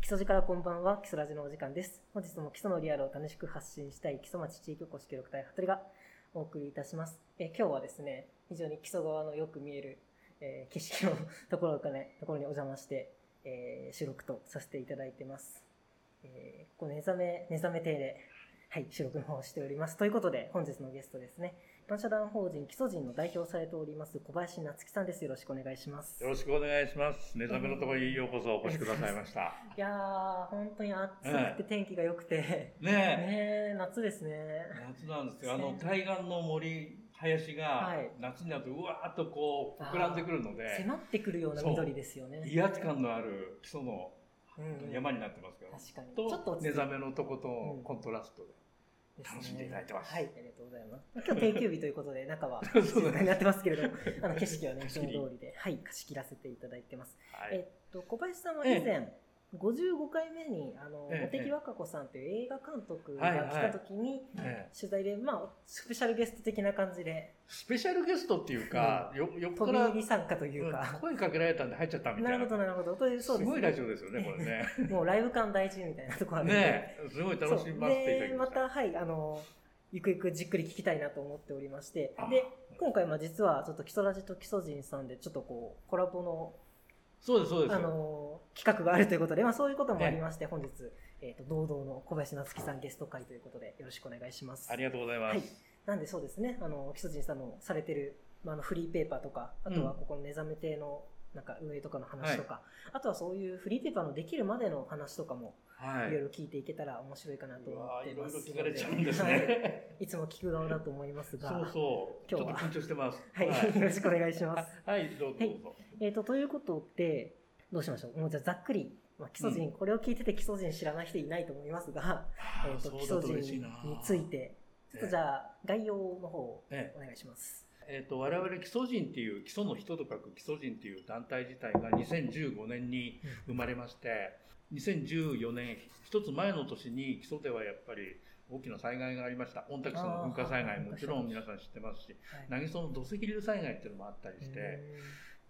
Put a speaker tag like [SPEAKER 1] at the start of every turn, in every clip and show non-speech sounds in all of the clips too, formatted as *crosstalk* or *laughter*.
[SPEAKER 1] 基礎からこんばんは、基礎ラジのお時間です。本日も基礎のリアルを楽しく発信したい基礎町地域おこし協力隊服部がお送りいたします。え今日はですね、非常に基礎側のよく見える、えー景色のところか、ね、ところにお邪魔して、えー収録とさせていただいてます。えーここ目覚め、目覚め亭で、はい、収録の方をしております。ということで、本日のゲストですね、一般社団法人基礎人の代表をされております小林夏樹さんです。よろしくお願いします。
[SPEAKER 2] よろしくお願いします。目覚めのところにようこそお越しくださいました。
[SPEAKER 1] いやー、本当に暑くて天気が良くて、
[SPEAKER 2] *laughs* ね
[SPEAKER 1] ねえ、夏ですね。
[SPEAKER 2] え、夏なんですよ。あの、対岸の森、林
[SPEAKER 1] は
[SPEAKER 2] が
[SPEAKER 1] い、
[SPEAKER 2] 夏になるとうわーっとこう、膨らんでくるので、
[SPEAKER 1] 迫ってくるような緑ですよね。
[SPEAKER 2] 威圧感のある基礎の
[SPEAKER 1] うんうん
[SPEAKER 2] 山になってますけど、
[SPEAKER 1] 確かに。ちょっと
[SPEAKER 2] と
[SPEAKER 1] 落ち
[SPEAKER 2] 目
[SPEAKER 1] 着いて
[SPEAKER 2] 覚めのとこと
[SPEAKER 1] うん
[SPEAKER 2] コントラストで。
[SPEAKER 1] ですね
[SPEAKER 2] 楽しんでいただいてます
[SPEAKER 1] はい、ありがとうございます。今日定休日ということで、中は
[SPEAKER 2] *laughs* そう
[SPEAKER 1] 静
[SPEAKER 2] だね
[SPEAKER 1] かになってますけれども、
[SPEAKER 2] *laughs*
[SPEAKER 1] あの景色はね、い
[SPEAKER 2] 貸
[SPEAKER 1] つ
[SPEAKER 2] し
[SPEAKER 1] も
[SPEAKER 2] 切
[SPEAKER 1] 通
[SPEAKER 2] り
[SPEAKER 1] りで、はい、貸し切らせていただいてます。
[SPEAKER 2] はい。
[SPEAKER 1] えっと、小林さんは以前、55回目に、あの、
[SPEAKER 2] ええ
[SPEAKER 1] 茂木和歌子さんという映画監督が来た時に、
[SPEAKER 2] ええ
[SPEAKER 1] 取材で、まあ、スペシャルゲスト的な感じで、
[SPEAKER 2] スペシャルゲストっていうか、よ
[SPEAKER 1] 飛
[SPEAKER 2] 横か
[SPEAKER 1] び
[SPEAKER 2] ら
[SPEAKER 1] 入り参加というか、
[SPEAKER 2] うん声かけられたんで入っちゃったみた
[SPEAKER 1] *laughs* ないる
[SPEAKER 2] な。
[SPEAKER 1] ほどなるほどという
[SPEAKER 2] す
[SPEAKER 1] そうです,、
[SPEAKER 2] ごいラジオですよね、これ
[SPEAKER 1] *laughs*
[SPEAKER 2] ね。
[SPEAKER 1] もうライブ感大事みたいなところあるんで
[SPEAKER 2] ねえ、すごい楽しみませていた
[SPEAKER 1] そう
[SPEAKER 2] だき
[SPEAKER 1] で
[SPEAKER 2] ま
[SPEAKER 1] ま
[SPEAKER 2] した。
[SPEAKER 1] たはいあのゆくゆくじっくり聞きたいなと思っておりまして
[SPEAKER 2] あ
[SPEAKER 1] で今回まあ実はちょっと基礎ラジと基礎人さんでちょっとこうコラボの
[SPEAKER 2] そうです、そうです。
[SPEAKER 1] あの企画があるということでまあそういうこともありまして、本日えっ、と堂々の小林夏樹さんゲスト会ということでよろしくお願いします
[SPEAKER 2] ありがとうございます。
[SPEAKER 1] はいなんでそうですね、あの基礎人さんのされてる、まあ、あのフリーペーパーとか、あとは
[SPEAKER 2] うん
[SPEAKER 1] ここの目覚め亭のなんか運営とかの話とか、あとはそういうフリーペーパーのできるまでの話とかも、
[SPEAKER 2] はい
[SPEAKER 1] いろいろ聞いていけたら面白いかなと思って
[SPEAKER 2] うわ
[SPEAKER 1] ま
[SPEAKER 2] ーい
[SPEAKER 1] す。
[SPEAKER 2] ろいろ聞かれちゃうんです
[SPEAKER 1] はい
[SPEAKER 2] ね。
[SPEAKER 1] いつも聞く側だと思いますが、
[SPEAKER 2] *laughs* そうそう。ち
[SPEAKER 1] 今日
[SPEAKER 2] ょっと
[SPEAKER 1] は
[SPEAKER 2] 緊張してます。
[SPEAKER 1] はい、よろしくお願いします。 *laughs*
[SPEAKER 2] あはい、どうぞどうぞ。
[SPEAKER 1] えー、とということで、どうしましょう、もうじゃあざっくり、まあ、基礎人、これを聞いてて基礎人知らない人いないと思いますが、
[SPEAKER 2] あ
[SPEAKER 1] え
[SPEAKER 2] ー
[SPEAKER 1] ー、と基礎人につい。て、ちょっとじゃあ、概要の方を
[SPEAKER 2] え
[SPEAKER 1] お願いします。
[SPEAKER 2] えっと我々基礎人っていう基礎の人と書く基礎人っていう団体自体が2015年に生まれまして2014年一つ前の年に基礎ではやっぱり大きな災害がありました御嶽山の噴火災害もちろん皆さん知ってますし
[SPEAKER 1] はい
[SPEAKER 2] 渚の土石流災害っていうのもあったりして、
[SPEAKER 1] うん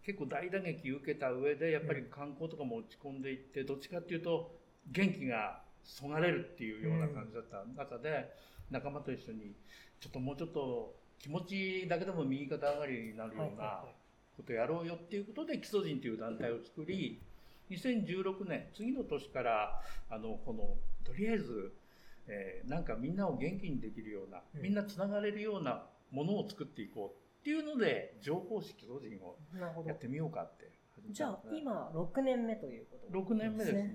[SPEAKER 2] 結構大打撃受けた上でやっぱり観光とかも落ち込んでいってどっちかっていうと元気がそがれるっていうような感じだった中で仲間と一緒にちょっともうちょっと気持ちだけでも右肩上がりになるようなことやろうよっていうことで基礎人という団体を作り2016年次の年からあのこのとりあえず、えーなんかみんなを元気にできるような
[SPEAKER 1] うん
[SPEAKER 2] みんなつながれるようなものを作っていこうっていうので情報誌基礎人を
[SPEAKER 1] なるほど
[SPEAKER 2] やってみようかって始め
[SPEAKER 1] じゃ
[SPEAKER 2] たん
[SPEAKER 1] あ
[SPEAKER 2] ですね、
[SPEAKER 1] 今6年目ということ
[SPEAKER 2] 6年目ですね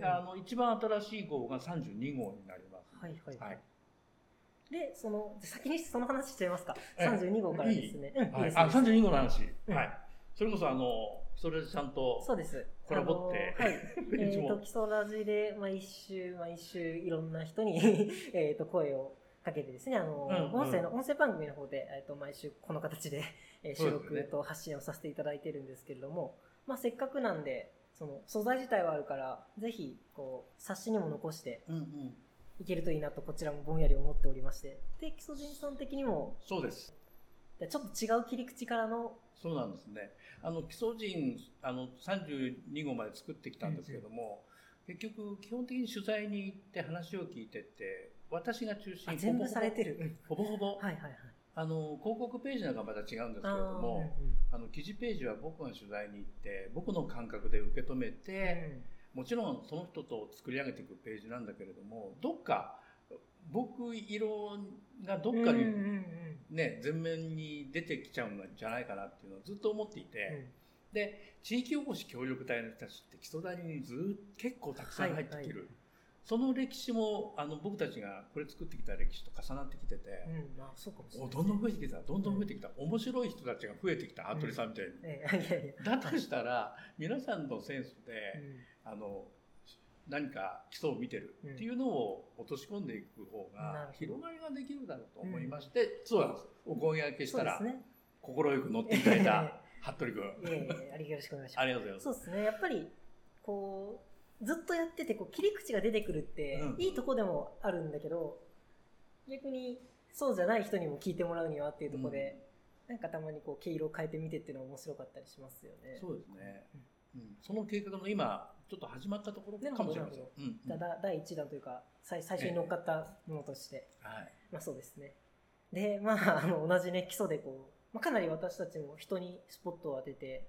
[SPEAKER 2] であ
[SPEAKER 1] の
[SPEAKER 2] の一番新しい号が32号になります
[SPEAKER 1] はいはい
[SPEAKER 2] はい
[SPEAKER 1] でその先にその話しちゃいますか
[SPEAKER 2] ええ
[SPEAKER 1] 32号からですねうんいい
[SPEAKER 2] は
[SPEAKER 1] で
[SPEAKER 2] い、
[SPEAKER 1] す
[SPEAKER 2] あ32号の話、
[SPEAKER 1] うん
[SPEAKER 2] はいそれこそあのそれでちゃんと
[SPEAKER 1] そうです
[SPEAKER 2] コラボって
[SPEAKER 1] あ
[SPEAKER 2] *laughs*
[SPEAKER 1] のはいえ
[SPEAKER 2] 一
[SPEAKER 1] ーと
[SPEAKER 2] 応
[SPEAKER 1] 基礎ラジで毎週毎週いろんな人に *laughs* えーと声をかけてですねあの、
[SPEAKER 2] うんうん
[SPEAKER 1] 音声の音声番組の方で、えー、と毎週この形で、えー
[SPEAKER 2] そう
[SPEAKER 1] 収
[SPEAKER 2] ですね
[SPEAKER 1] 録と発信をさせていただいてるんですけれども、まあ、せっかくなんでその素材自体はあるからぜひこう冊子にも残して
[SPEAKER 2] うんうん
[SPEAKER 1] いけるといいなとこちらもぼんやり思っておりましてで基礎人さん的にも
[SPEAKER 2] そうです
[SPEAKER 1] ちょっと違う切り口からの
[SPEAKER 2] そうなんですねあの基礎人あの32号まで作ってきたんですけども、結局基本的に取材に行って話を聞いてって私が中
[SPEAKER 1] あ
[SPEAKER 2] 心
[SPEAKER 1] 全部されてる
[SPEAKER 2] ほぼほぼほぼほぼ、
[SPEAKER 1] はいはいはい
[SPEAKER 2] あの広告ページなんかまた違うんですけれども、あの記事ページは僕が取材に行って僕の感覚で受け止め
[SPEAKER 1] あーうん
[SPEAKER 2] て、もちろんその人と作り上げていくページなんだけれどもどっか僕色がどっか
[SPEAKER 1] うんうん
[SPEAKER 2] に、
[SPEAKER 1] うん
[SPEAKER 2] ね前面に出てきちゃうんじゃないかなっていうのをずっと思ってい
[SPEAKER 1] うんう
[SPEAKER 2] て、
[SPEAKER 1] ん
[SPEAKER 2] で地域おこし協力隊の人たちって基礎代理にずっと結構たくさん入ってきてる、
[SPEAKER 1] はい
[SPEAKER 2] その歴史もあの僕たちがこれ作ってきた歴史と重なってきてて。
[SPEAKER 1] うんあそうかもしれな
[SPEAKER 2] お
[SPEAKER 1] い
[SPEAKER 2] どんどん増えてきたどんどん増えてきた、面白い人たちが増えてきた服部さんみたいに、
[SPEAKER 1] ええいやいや
[SPEAKER 2] だとしたら皆さんのセンス
[SPEAKER 1] う
[SPEAKER 2] で、
[SPEAKER 1] ん
[SPEAKER 2] あの何か基礎を見てるっていうのを落とし込んでいく方
[SPEAKER 1] なる
[SPEAKER 2] が
[SPEAKER 1] ほど
[SPEAKER 2] 広がりができるだろうと思いまして、そうなんですお声掛けし
[SPEAKER 1] そう
[SPEAKER 2] た
[SPEAKER 1] で
[SPEAKER 2] ら
[SPEAKER 1] すね
[SPEAKER 2] 快く乗っていただ
[SPEAKER 1] *laughs*
[SPEAKER 2] いた服部君
[SPEAKER 1] ええええありよろしくお願いしま
[SPEAKER 2] ありがとうございます
[SPEAKER 1] すそうですねやっぱりこうずっとやっててこう切り口が出てくるって
[SPEAKER 2] うん
[SPEAKER 1] いいとこでもあるんだけど逆にそうじゃない人にも聞いてもらうにはっていうところで、なんかたまにこう毛色を変えてみてっていうのは面白かったりしますよね。
[SPEAKER 2] そうですねうんその計画の今ちょっと始まったところかもしれません。
[SPEAKER 1] なる
[SPEAKER 2] うんうん
[SPEAKER 1] だだ第1弾というか最最初に乗っかったものとして、
[SPEAKER 2] はい
[SPEAKER 1] まあそうですねでまああの同じね基礎でこう、まあ、かなり私たちも人にスポットを当てて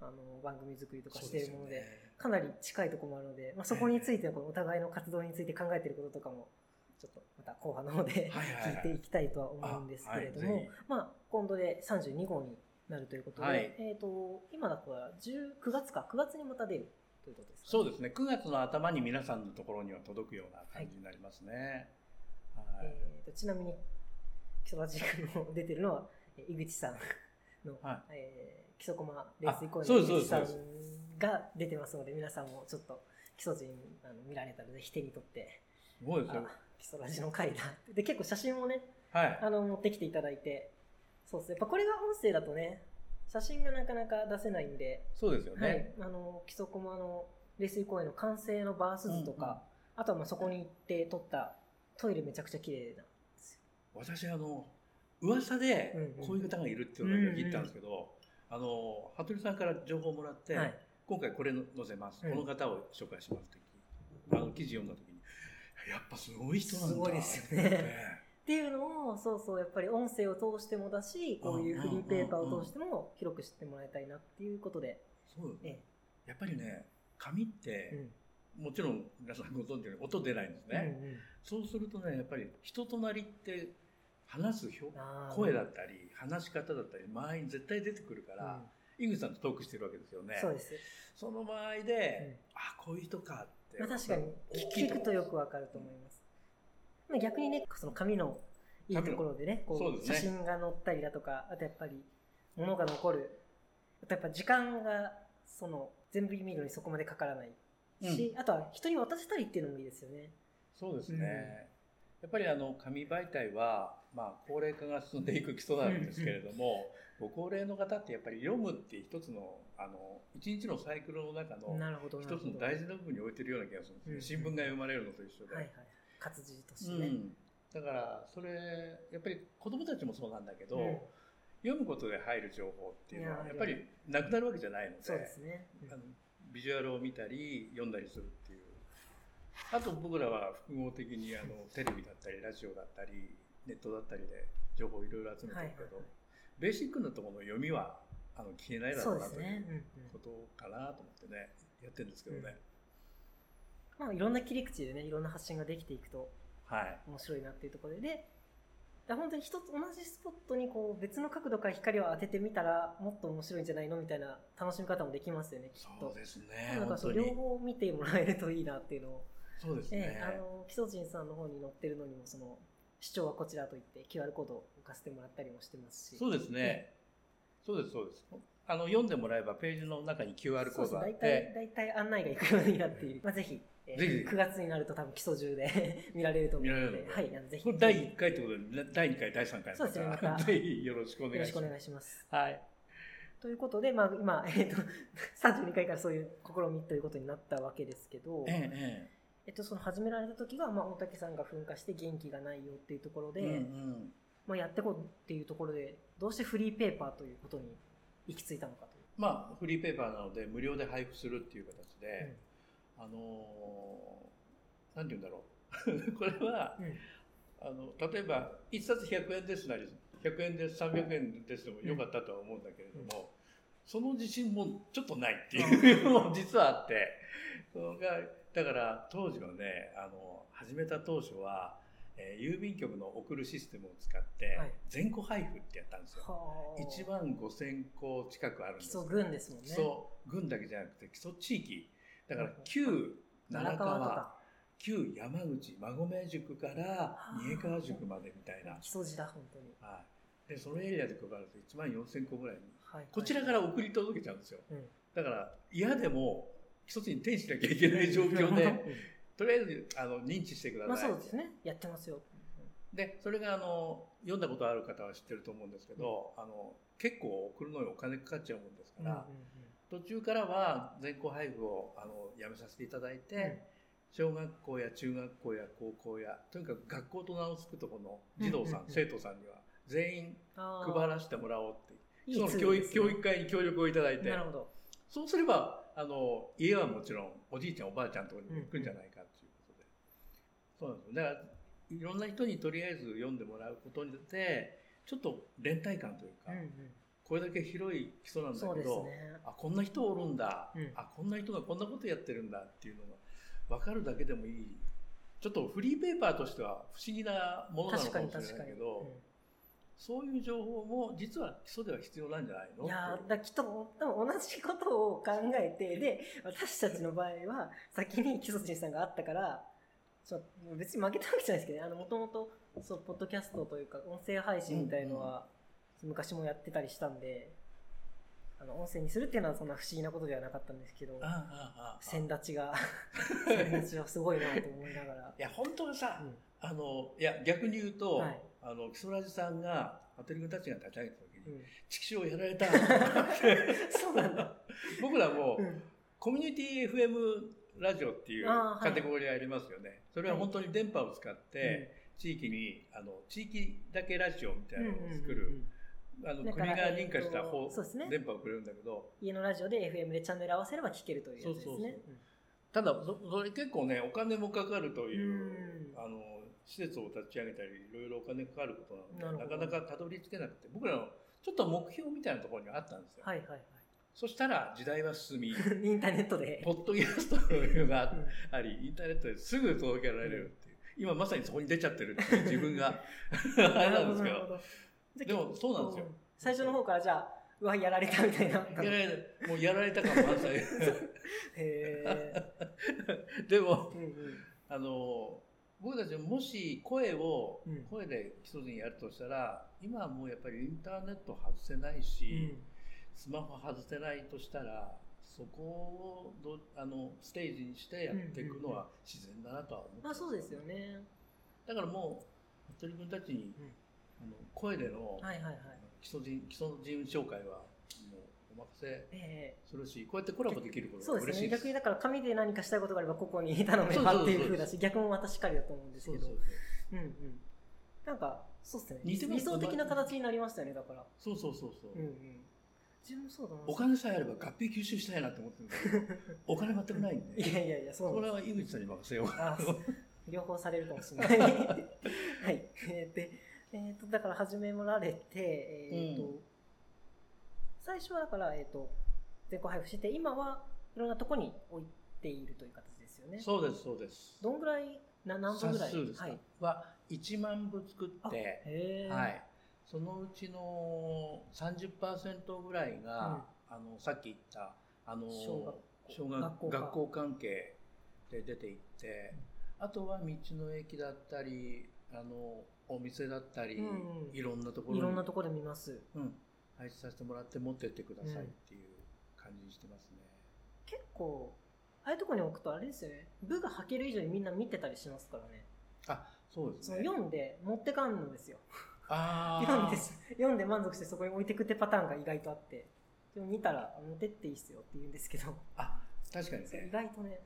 [SPEAKER 1] あの番組作りとかしているもので
[SPEAKER 2] そうすよね
[SPEAKER 1] かなり近いところもあるので、まあ、そこについてこのお互いの活動について考えていることとかもちょっとまた後半の方で
[SPEAKER 2] はいはい
[SPEAKER 1] 聞いていきたいとは思うんですけれども、
[SPEAKER 2] あはいぜ
[SPEAKER 1] まあ、今度で32号になるということで、
[SPEAKER 2] はい
[SPEAKER 1] えー、と今だとは9月か9月にまた出るということですか、
[SPEAKER 2] そうですね。9月の頭に皆さんのところには届くような感じになりますね。はい。
[SPEAKER 1] えーとちなみに基礎ラジックの出てるのはえー井口さんの、
[SPEAKER 2] はい
[SPEAKER 1] えー基礎駒レース以降
[SPEAKER 2] あそう
[SPEAKER 1] の
[SPEAKER 2] ですそ
[SPEAKER 1] 井
[SPEAKER 2] う
[SPEAKER 1] 口さ
[SPEAKER 2] です
[SPEAKER 1] ん
[SPEAKER 2] そう
[SPEAKER 1] が出てますので皆さんもちょっと基礎陣あの見られたらぜひ手に取って。
[SPEAKER 2] すごいです
[SPEAKER 1] あ
[SPEAKER 2] よ。
[SPEAKER 1] 基礎ラジの回だで結構写真もね
[SPEAKER 2] はい。
[SPEAKER 1] あの持ってきていただいてそうですねやっぱこれが音声だとね写真がなかなか出せないんで、
[SPEAKER 2] そうですよ
[SPEAKER 1] はい
[SPEAKER 2] ね。、
[SPEAKER 1] あの基礎コマの冷水公園の完成のバース図とか、あとはまあそこに行って撮ったトイレめちゃくちゃ綺麗な
[SPEAKER 2] 私あの噂で
[SPEAKER 1] うんうん
[SPEAKER 2] こういう方がいるっていうのを聞いたんですけど、あの服部さんから情報をもらって、
[SPEAKER 1] はい
[SPEAKER 2] 今回これ載せます、
[SPEAKER 1] うん
[SPEAKER 2] この方を紹介しますってあの記事読んだ時にやっぱすごい人なんだ
[SPEAKER 1] すごいですよねっていうのをそうそうやっぱり音声を通してもだしこういうフリーペーパーを通しても広く知ってもらいたいなっていうことで、
[SPEAKER 2] *laughs* そうですね
[SPEAKER 1] え
[SPEAKER 2] やっぱりね紙っ
[SPEAKER 1] え
[SPEAKER 2] て、もちろん皆さんご存知のように音出ないんです
[SPEAKER 1] うん
[SPEAKER 2] ね、そうするとねやっぱり人となりって話す表
[SPEAKER 1] うんあー
[SPEAKER 2] 声だったり話し方だったり周りに絶対出てくるから、井口さんとトークしてるわけですよ
[SPEAKER 1] う
[SPEAKER 2] ね
[SPEAKER 1] んそうです、
[SPEAKER 2] その場合
[SPEAKER 1] う
[SPEAKER 2] で、
[SPEAKER 1] ん
[SPEAKER 2] あこういう人かって、
[SPEAKER 1] まあ、確かに聞くとよくわかると思います、まあ、逆にねその紙のいいところでねこ
[SPEAKER 2] そう
[SPEAKER 1] う
[SPEAKER 2] ですね
[SPEAKER 1] 写真が載ったりだとかあとやっぱり物が残るあとやっぱ時間がその全部意味のにそこまでかからないし、あとは人に渡せたりっていうのもいいですよね
[SPEAKER 2] そうですね、やっぱりあの紙媒体は、まあ、高齢化が進んでいく基礎なんですけれども、ご高齢の方ってやっぱり読むって一つのあの一日のサイクルの中の
[SPEAKER 1] なるほどなる
[SPEAKER 2] 一つ
[SPEAKER 1] ほど
[SPEAKER 2] の大事な部分に置いてるような気がするんですね、
[SPEAKER 1] うん
[SPEAKER 2] 新聞が読まれるのと一緒で、
[SPEAKER 1] はいはい活字として
[SPEAKER 2] う
[SPEAKER 1] ね、
[SPEAKER 2] ん、だからそれやっぱり子供たちもそうなんだけど、
[SPEAKER 1] うん
[SPEAKER 2] 読むことで入る情報っていうの
[SPEAKER 1] い
[SPEAKER 2] は
[SPEAKER 1] や
[SPEAKER 2] やっぱりなくなるわけじゃないので
[SPEAKER 1] そうですね、うん
[SPEAKER 2] あのビジュアルを見たり読んだりするっていうあと僕らは複合的にあの
[SPEAKER 1] *laughs*
[SPEAKER 2] テレビだったりラジオだったりネットだったりで情報をいろいろ集めてるけど、
[SPEAKER 1] はいはいはい
[SPEAKER 2] ベーシックなところの読みはあの消えないだ
[SPEAKER 1] そう
[SPEAKER 2] ろう
[SPEAKER 1] で
[SPEAKER 2] な
[SPEAKER 1] す
[SPEAKER 2] とい
[SPEAKER 1] ね
[SPEAKER 2] う、
[SPEAKER 1] うんうん
[SPEAKER 2] ことかなと思ってねやってるんですけどね、
[SPEAKER 1] まあいろんな切り口でねいろんな発信ができていくと
[SPEAKER 2] はい
[SPEAKER 1] 面白いなっていうところででだから本当に一つ同じスポットにこう別の角度から光を当ててみたらもっと面白いんじゃないのみたいな楽しみ方もできますよねきっ
[SPEAKER 2] そ
[SPEAKER 1] と
[SPEAKER 2] う。ですね
[SPEAKER 1] なんか
[SPEAKER 2] 本
[SPEAKER 1] そ
[SPEAKER 2] 当
[SPEAKER 1] う
[SPEAKER 2] に
[SPEAKER 1] 両方見てもらえるといいなっていうのを、
[SPEAKER 2] そうです
[SPEAKER 1] え
[SPEAKER 2] ね
[SPEAKER 1] え、あの基礎人さんの方に載ってるのにもその視聴はこちらといって QR コードを置かせてもらったりもしてますし
[SPEAKER 2] そうですねそうですそうですあの読んでもらえばページの中に QR コードがあっ
[SPEAKER 1] そうですね
[SPEAKER 2] て
[SPEAKER 1] 大体大体案内がいくようになっている、まあ、ぜひ、ええ
[SPEAKER 2] ぜひ
[SPEAKER 1] 9月になると多分基礎中で *laughs* 見られると思うの
[SPEAKER 2] 見られ
[SPEAKER 1] で
[SPEAKER 2] るので
[SPEAKER 1] はい、あのぜひ
[SPEAKER 2] これ第1回ってことで第2回第3回
[SPEAKER 1] そうですねまた
[SPEAKER 2] *laughs* ぜひよろしくお
[SPEAKER 1] よ
[SPEAKER 2] 願
[SPEAKER 1] ろ
[SPEAKER 2] い
[SPEAKER 1] し
[SPEAKER 2] し
[SPEAKER 1] くお
[SPEAKER 2] ます
[SPEAKER 1] 願いします。
[SPEAKER 2] はい。
[SPEAKER 1] ということで、まあ、今、 *laughs* えっと32回からそういう試みということになったわけですけど、え
[SPEAKER 2] ええ
[SPEAKER 1] っと、その始められた時が、まあ、大竹さんが噴火して元気がないよっていうところで、
[SPEAKER 2] うんうん。
[SPEAKER 1] まあ、やってこうっていうところでどうしてフリーペーパーということに行き着いたのかという。
[SPEAKER 2] まあ、フリーペーパーなので、無料で配布するっていう形で、あのーなんて言うんだろう。 *laughs* これは、
[SPEAKER 1] うん
[SPEAKER 2] あの、例えば、一冊100円ですなり、100円です、300円ですでもよかったとは思うんだけれども、その自信もちょっとないっ
[SPEAKER 1] *laughs*
[SPEAKER 2] ていうのも実はあって、そのがだから当時はね、あの、始めた当初は、えー郵便局の送るシステムを使って
[SPEAKER 1] はい、
[SPEAKER 2] 全個配布ってやったんですよ。
[SPEAKER 1] はあ
[SPEAKER 2] 1万5000個近くあるん
[SPEAKER 1] 基
[SPEAKER 2] です
[SPEAKER 1] 礎軍ですもん
[SPEAKER 2] 基
[SPEAKER 1] ね。
[SPEAKER 2] 礎郡だけじゃなくて基礎地域だから
[SPEAKER 1] うん
[SPEAKER 2] 旧
[SPEAKER 1] 川
[SPEAKER 2] 奈良
[SPEAKER 1] と
[SPEAKER 2] 川
[SPEAKER 1] か
[SPEAKER 2] 旧山口馬込塾から三重川塾までみたいな、
[SPEAKER 1] 基礎地だ本当に、
[SPEAKER 2] はい、でそのエリアで配ると1万4000個ぐらいに
[SPEAKER 1] はいはい
[SPEAKER 2] こちらから送り届けちゃうんですよ
[SPEAKER 1] うん
[SPEAKER 2] だから嫌でも一つに転しなきゃいけない状況で
[SPEAKER 1] う
[SPEAKER 2] とりあえずあの認知してくだ
[SPEAKER 1] ん
[SPEAKER 2] さい、
[SPEAKER 1] まあそうですねやってますよ、
[SPEAKER 2] でそれがあの読んだことある方は知ってると思うんですけど、あの結構送るのにお金かかっちゃうもんですから、
[SPEAKER 1] うんうんうん
[SPEAKER 2] 途中からは全校配布をあのやめさせていただいて、小学校や中学校や高校やとにかく学校と名を付くとこの児童さ
[SPEAKER 1] う
[SPEAKER 2] ん、
[SPEAKER 1] んうんうん
[SPEAKER 2] 生徒さんには全員
[SPEAKER 1] あー
[SPEAKER 2] 配らせてもらおうっていう
[SPEAKER 1] いい
[SPEAKER 2] その
[SPEAKER 1] ツー
[SPEAKER 2] 教
[SPEAKER 1] ル
[SPEAKER 2] 育
[SPEAKER 1] ですね
[SPEAKER 2] 教育会に協力をいただいて
[SPEAKER 1] なるほど
[SPEAKER 2] そうすればあの家はもちろんおじいちゃんおばあちゃんとかにも行くんじゃないかっていうことで、そうなんですよだからいろんな人にとりあえず読んでもらうことによってちょっと連帯感というか、
[SPEAKER 1] うんうん
[SPEAKER 2] これだけ広い基礎なんだ
[SPEAKER 1] そう
[SPEAKER 2] け
[SPEAKER 1] です
[SPEAKER 2] ど、
[SPEAKER 1] ね。
[SPEAKER 2] あこんな人おるんだ、
[SPEAKER 1] うん
[SPEAKER 2] あこんな人がこんなことやってるんだっていうのが分かるだけでもいいちょっとフリーペーパーとしては不思議なものなの
[SPEAKER 1] 確
[SPEAKER 2] か
[SPEAKER 1] か
[SPEAKER 2] も
[SPEAKER 1] に
[SPEAKER 2] し
[SPEAKER 1] 確
[SPEAKER 2] れな
[SPEAKER 1] か
[SPEAKER 2] い
[SPEAKER 1] に。
[SPEAKER 2] け
[SPEAKER 1] う
[SPEAKER 2] ど、そういう情報も実は基礎では必要なんじゃないの
[SPEAKER 1] んいや
[SPEAKER 2] って
[SPEAKER 1] ー
[SPEAKER 2] いう
[SPEAKER 1] だからきっと多分同じことを考えてで私たちの場合は先に木曽人さんがあったからちょ別に負けたわけじゃないですけどねあのもともとそうポッドキャストというか音声配信みたいのは昔もやってたりしたんで、あの音声にするっていうのはそんな不思議なことではなかったんですけど
[SPEAKER 2] ああああああ *laughs*
[SPEAKER 1] 先立ちが先立ちはすごいなと思いなが
[SPEAKER 2] *laughs*
[SPEAKER 1] ら
[SPEAKER 2] い。や本当はさ、
[SPEAKER 1] うん
[SPEAKER 2] あのいや逆に言うと、
[SPEAKER 1] はい
[SPEAKER 2] あの木曽ラジさんがアトリ君たちが立ち上げた時
[SPEAKER 1] う
[SPEAKER 2] に
[SPEAKER 1] ん
[SPEAKER 2] 「チキショーやられた!」って
[SPEAKER 1] *laughs* そうなんだ。
[SPEAKER 2] 僕らもう、
[SPEAKER 1] うん
[SPEAKER 2] コミュニティ FM ラジオっていう
[SPEAKER 1] あーはい
[SPEAKER 2] カテゴリーありますよね、それは本当に電波を使って地域にあの地域だけラジオみたいなの
[SPEAKER 1] う
[SPEAKER 2] を作
[SPEAKER 1] んうんうんう
[SPEAKER 2] る
[SPEAKER 1] ん
[SPEAKER 2] あの
[SPEAKER 1] だ
[SPEAKER 2] 国
[SPEAKER 1] か
[SPEAKER 2] が
[SPEAKER 1] ら
[SPEAKER 2] 認可した
[SPEAKER 1] え
[SPEAKER 2] 方
[SPEAKER 1] っとそうですね
[SPEAKER 2] 電波をくれるんだけど
[SPEAKER 1] 家のラジオで FM でチャンネル合わせれば聞けるというやつです
[SPEAKER 2] そうそう
[SPEAKER 1] ね。
[SPEAKER 2] ただそそれ結構ねお金もかかるという
[SPEAKER 1] うん
[SPEAKER 2] あの施設を立ち上げたりいろいろお金かかることなので
[SPEAKER 1] な
[SPEAKER 2] な
[SPEAKER 1] るほ
[SPEAKER 2] か
[SPEAKER 1] ど
[SPEAKER 2] なかたどり着けなくて僕らのちょっと目標みたいなところにはあったんですよ、
[SPEAKER 1] はいはいはい。
[SPEAKER 2] そしたら時代は進み
[SPEAKER 1] *laughs* イ
[SPEAKER 2] *laughs*
[SPEAKER 1] ンターネットで。
[SPEAKER 2] ポッドキャストというのがあっ
[SPEAKER 1] うん
[SPEAKER 2] あり、インターネットですぐ届けられるっていう。今まさにそこに出ちゃってるっていう自分が、あれなんですけ
[SPEAKER 1] *laughs* なるほ
[SPEAKER 2] ど。
[SPEAKER 1] ど
[SPEAKER 2] でもそうなんですよ。
[SPEAKER 1] 最初の方からじゃあ、うわ、やられたみたいな。
[SPEAKER 2] やられたもうやられた感満載。
[SPEAKER 1] へ
[SPEAKER 2] でも
[SPEAKER 1] ー、うんうん
[SPEAKER 2] あの、僕たちもし声を
[SPEAKER 1] うん、
[SPEAKER 2] 声で基礎人やるとしたら、今はもうやっぱりインターネット外せないし、スマホ外せないとしたら、そこをどあのステージにしてやっていくのは自然だなとは思って
[SPEAKER 1] まあそうですよ。ね。
[SPEAKER 2] だからもう、服部君たちに、
[SPEAKER 1] うん
[SPEAKER 2] あの声での、
[SPEAKER 1] はいはいはい。
[SPEAKER 2] 基礎人基礎人紹介はもうお任せ
[SPEAKER 1] え
[SPEAKER 2] するしこうやってコラボできるこ
[SPEAKER 1] ー
[SPEAKER 2] と
[SPEAKER 1] そ
[SPEAKER 2] が
[SPEAKER 1] うで
[SPEAKER 2] 嬉
[SPEAKER 1] す
[SPEAKER 2] し
[SPEAKER 1] ね。
[SPEAKER 2] いです
[SPEAKER 1] 逆にだから紙で何かしたいことがあればここに頼めばっていう風だし、逆もまたしかりだと思うんです
[SPEAKER 2] そう
[SPEAKER 1] け
[SPEAKER 2] そう
[SPEAKER 1] ど
[SPEAKER 2] そう。
[SPEAKER 1] うんうん。なんか、そうですね。
[SPEAKER 2] 似てます
[SPEAKER 1] 理想的な形になりましたよね、だから。
[SPEAKER 2] そうそうそうそう
[SPEAKER 1] うんうん。自分もそうだな。
[SPEAKER 2] お金さえあれば合併吸収したいなと思ってるんだけ
[SPEAKER 1] *laughs*
[SPEAKER 2] どお金全くないん
[SPEAKER 1] い
[SPEAKER 2] で
[SPEAKER 1] やいやいや、そう
[SPEAKER 2] そ
[SPEAKER 1] なん
[SPEAKER 2] れ
[SPEAKER 1] です
[SPEAKER 2] は井口さんに任せよう
[SPEAKER 1] あそう両方されるかもしれない。 *laughs* はい。えーで、えーと、だから始めもられて、えーと、
[SPEAKER 2] うん
[SPEAKER 1] 最初はだから、えっ、と、全国配布して、今はいろんなとこに置いているという形ですよね。
[SPEAKER 2] そうですそうです
[SPEAKER 1] どんぐらい、な何本ぐらい
[SPEAKER 2] 冊数ですか
[SPEAKER 1] はい。
[SPEAKER 2] は1万部作って
[SPEAKER 1] へー
[SPEAKER 2] はいそのうちの30%ぐらいが、あのさっき言ったあの
[SPEAKER 1] 小学校
[SPEAKER 2] 小学
[SPEAKER 1] 学
[SPEAKER 2] 学
[SPEAKER 1] 校
[SPEAKER 2] 校
[SPEAKER 1] か
[SPEAKER 2] 関係で出ていって、あとは道の駅だったりあのお店だったり、
[SPEAKER 1] うんうん
[SPEAKER 2] いろんなところ
[SPEAKER 1] いろんな
[SPEAKER 2] に
[SPEAKER 1] ところで見ます。
[SPEAKER 2] うん、配置させてもらって持ってってくださいっていう感じにしてますね、
[SPEAKER 1] 結構、ああいうところに置くとあれですよね。部が履ける以上にみんな見てたりしますからね。
[SPEAKER 2] あそうです
[SPEAKER 1] その
[SPEAKER 2] ね
[SPEAKER 1] 読んで持ってかんのですよ。
[SPEAKER 2] あー
[SPEAKER 1] 読んで読んで満足してそこに置いてくってパターンが意外とあってでも見たら持ってっていいっすよって言うんですけど
[SPEAKER 2] あ確かに
[SPEAKER 1] そう意
[SPEAKER 2] ね
[SPEAKER 1] 外とね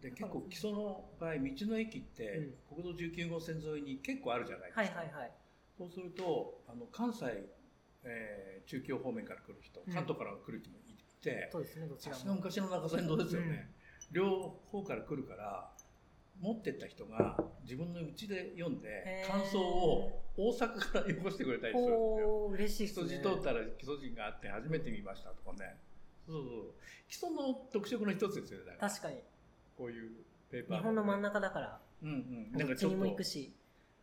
[SPEAKER 2] で結構基礎の場合道の駅って国道19号線沿いに結構あるじゃないですか、
[SPEAKER 1] はいはいはい
[SPEAKER 2] そうするとあの関西、えー中京方面から来る人
[SPEAKER 1] うん
[SPEAKER 2] 関東から来る人もいて、
[SPEAKER 1] そうですねどち
[SPEAKER 2] さ
[SPEAKER 1] ら
[SPEAKER 2] すが
[SPEAKER 1] も
[SPEAKER 2] 昔の中山道ですよね、両方から来るから持ってった人が自分の家で読んで
[SPEAKER 1] へー
[SPEAKER 2] 感想を大阪からよこしてくれたりするんですよ。
[SPEAKER 1] おお嬉しい
[SPEAKER 2] 基
[SPEAKER 1] っす
[SPEAKER 2] 礎
[SPEAKER 1] ね
[SPEAKER 2] 人通ったら基礎人があって初めて見ましたとかね、そうそうそう基礎の特色の一つですよねだから
[SPEAKER 1] 確かに
[SPEAKER 2] こういうペーパー
[SPEAKER 1] 日本の真ん中だから
[SPEAKER 2] うんうんなん
[SPEAKER 1] ど
[SPEAKER 2] か
[SPEAKER 1] っ
[SPEAKER 2] ち
[SPEAKER 1] ち
[SPEAKER 2] ょっ
[SPEAKER 1] に
[SPEAKER 2] と
[SPEAKER 1] も行くし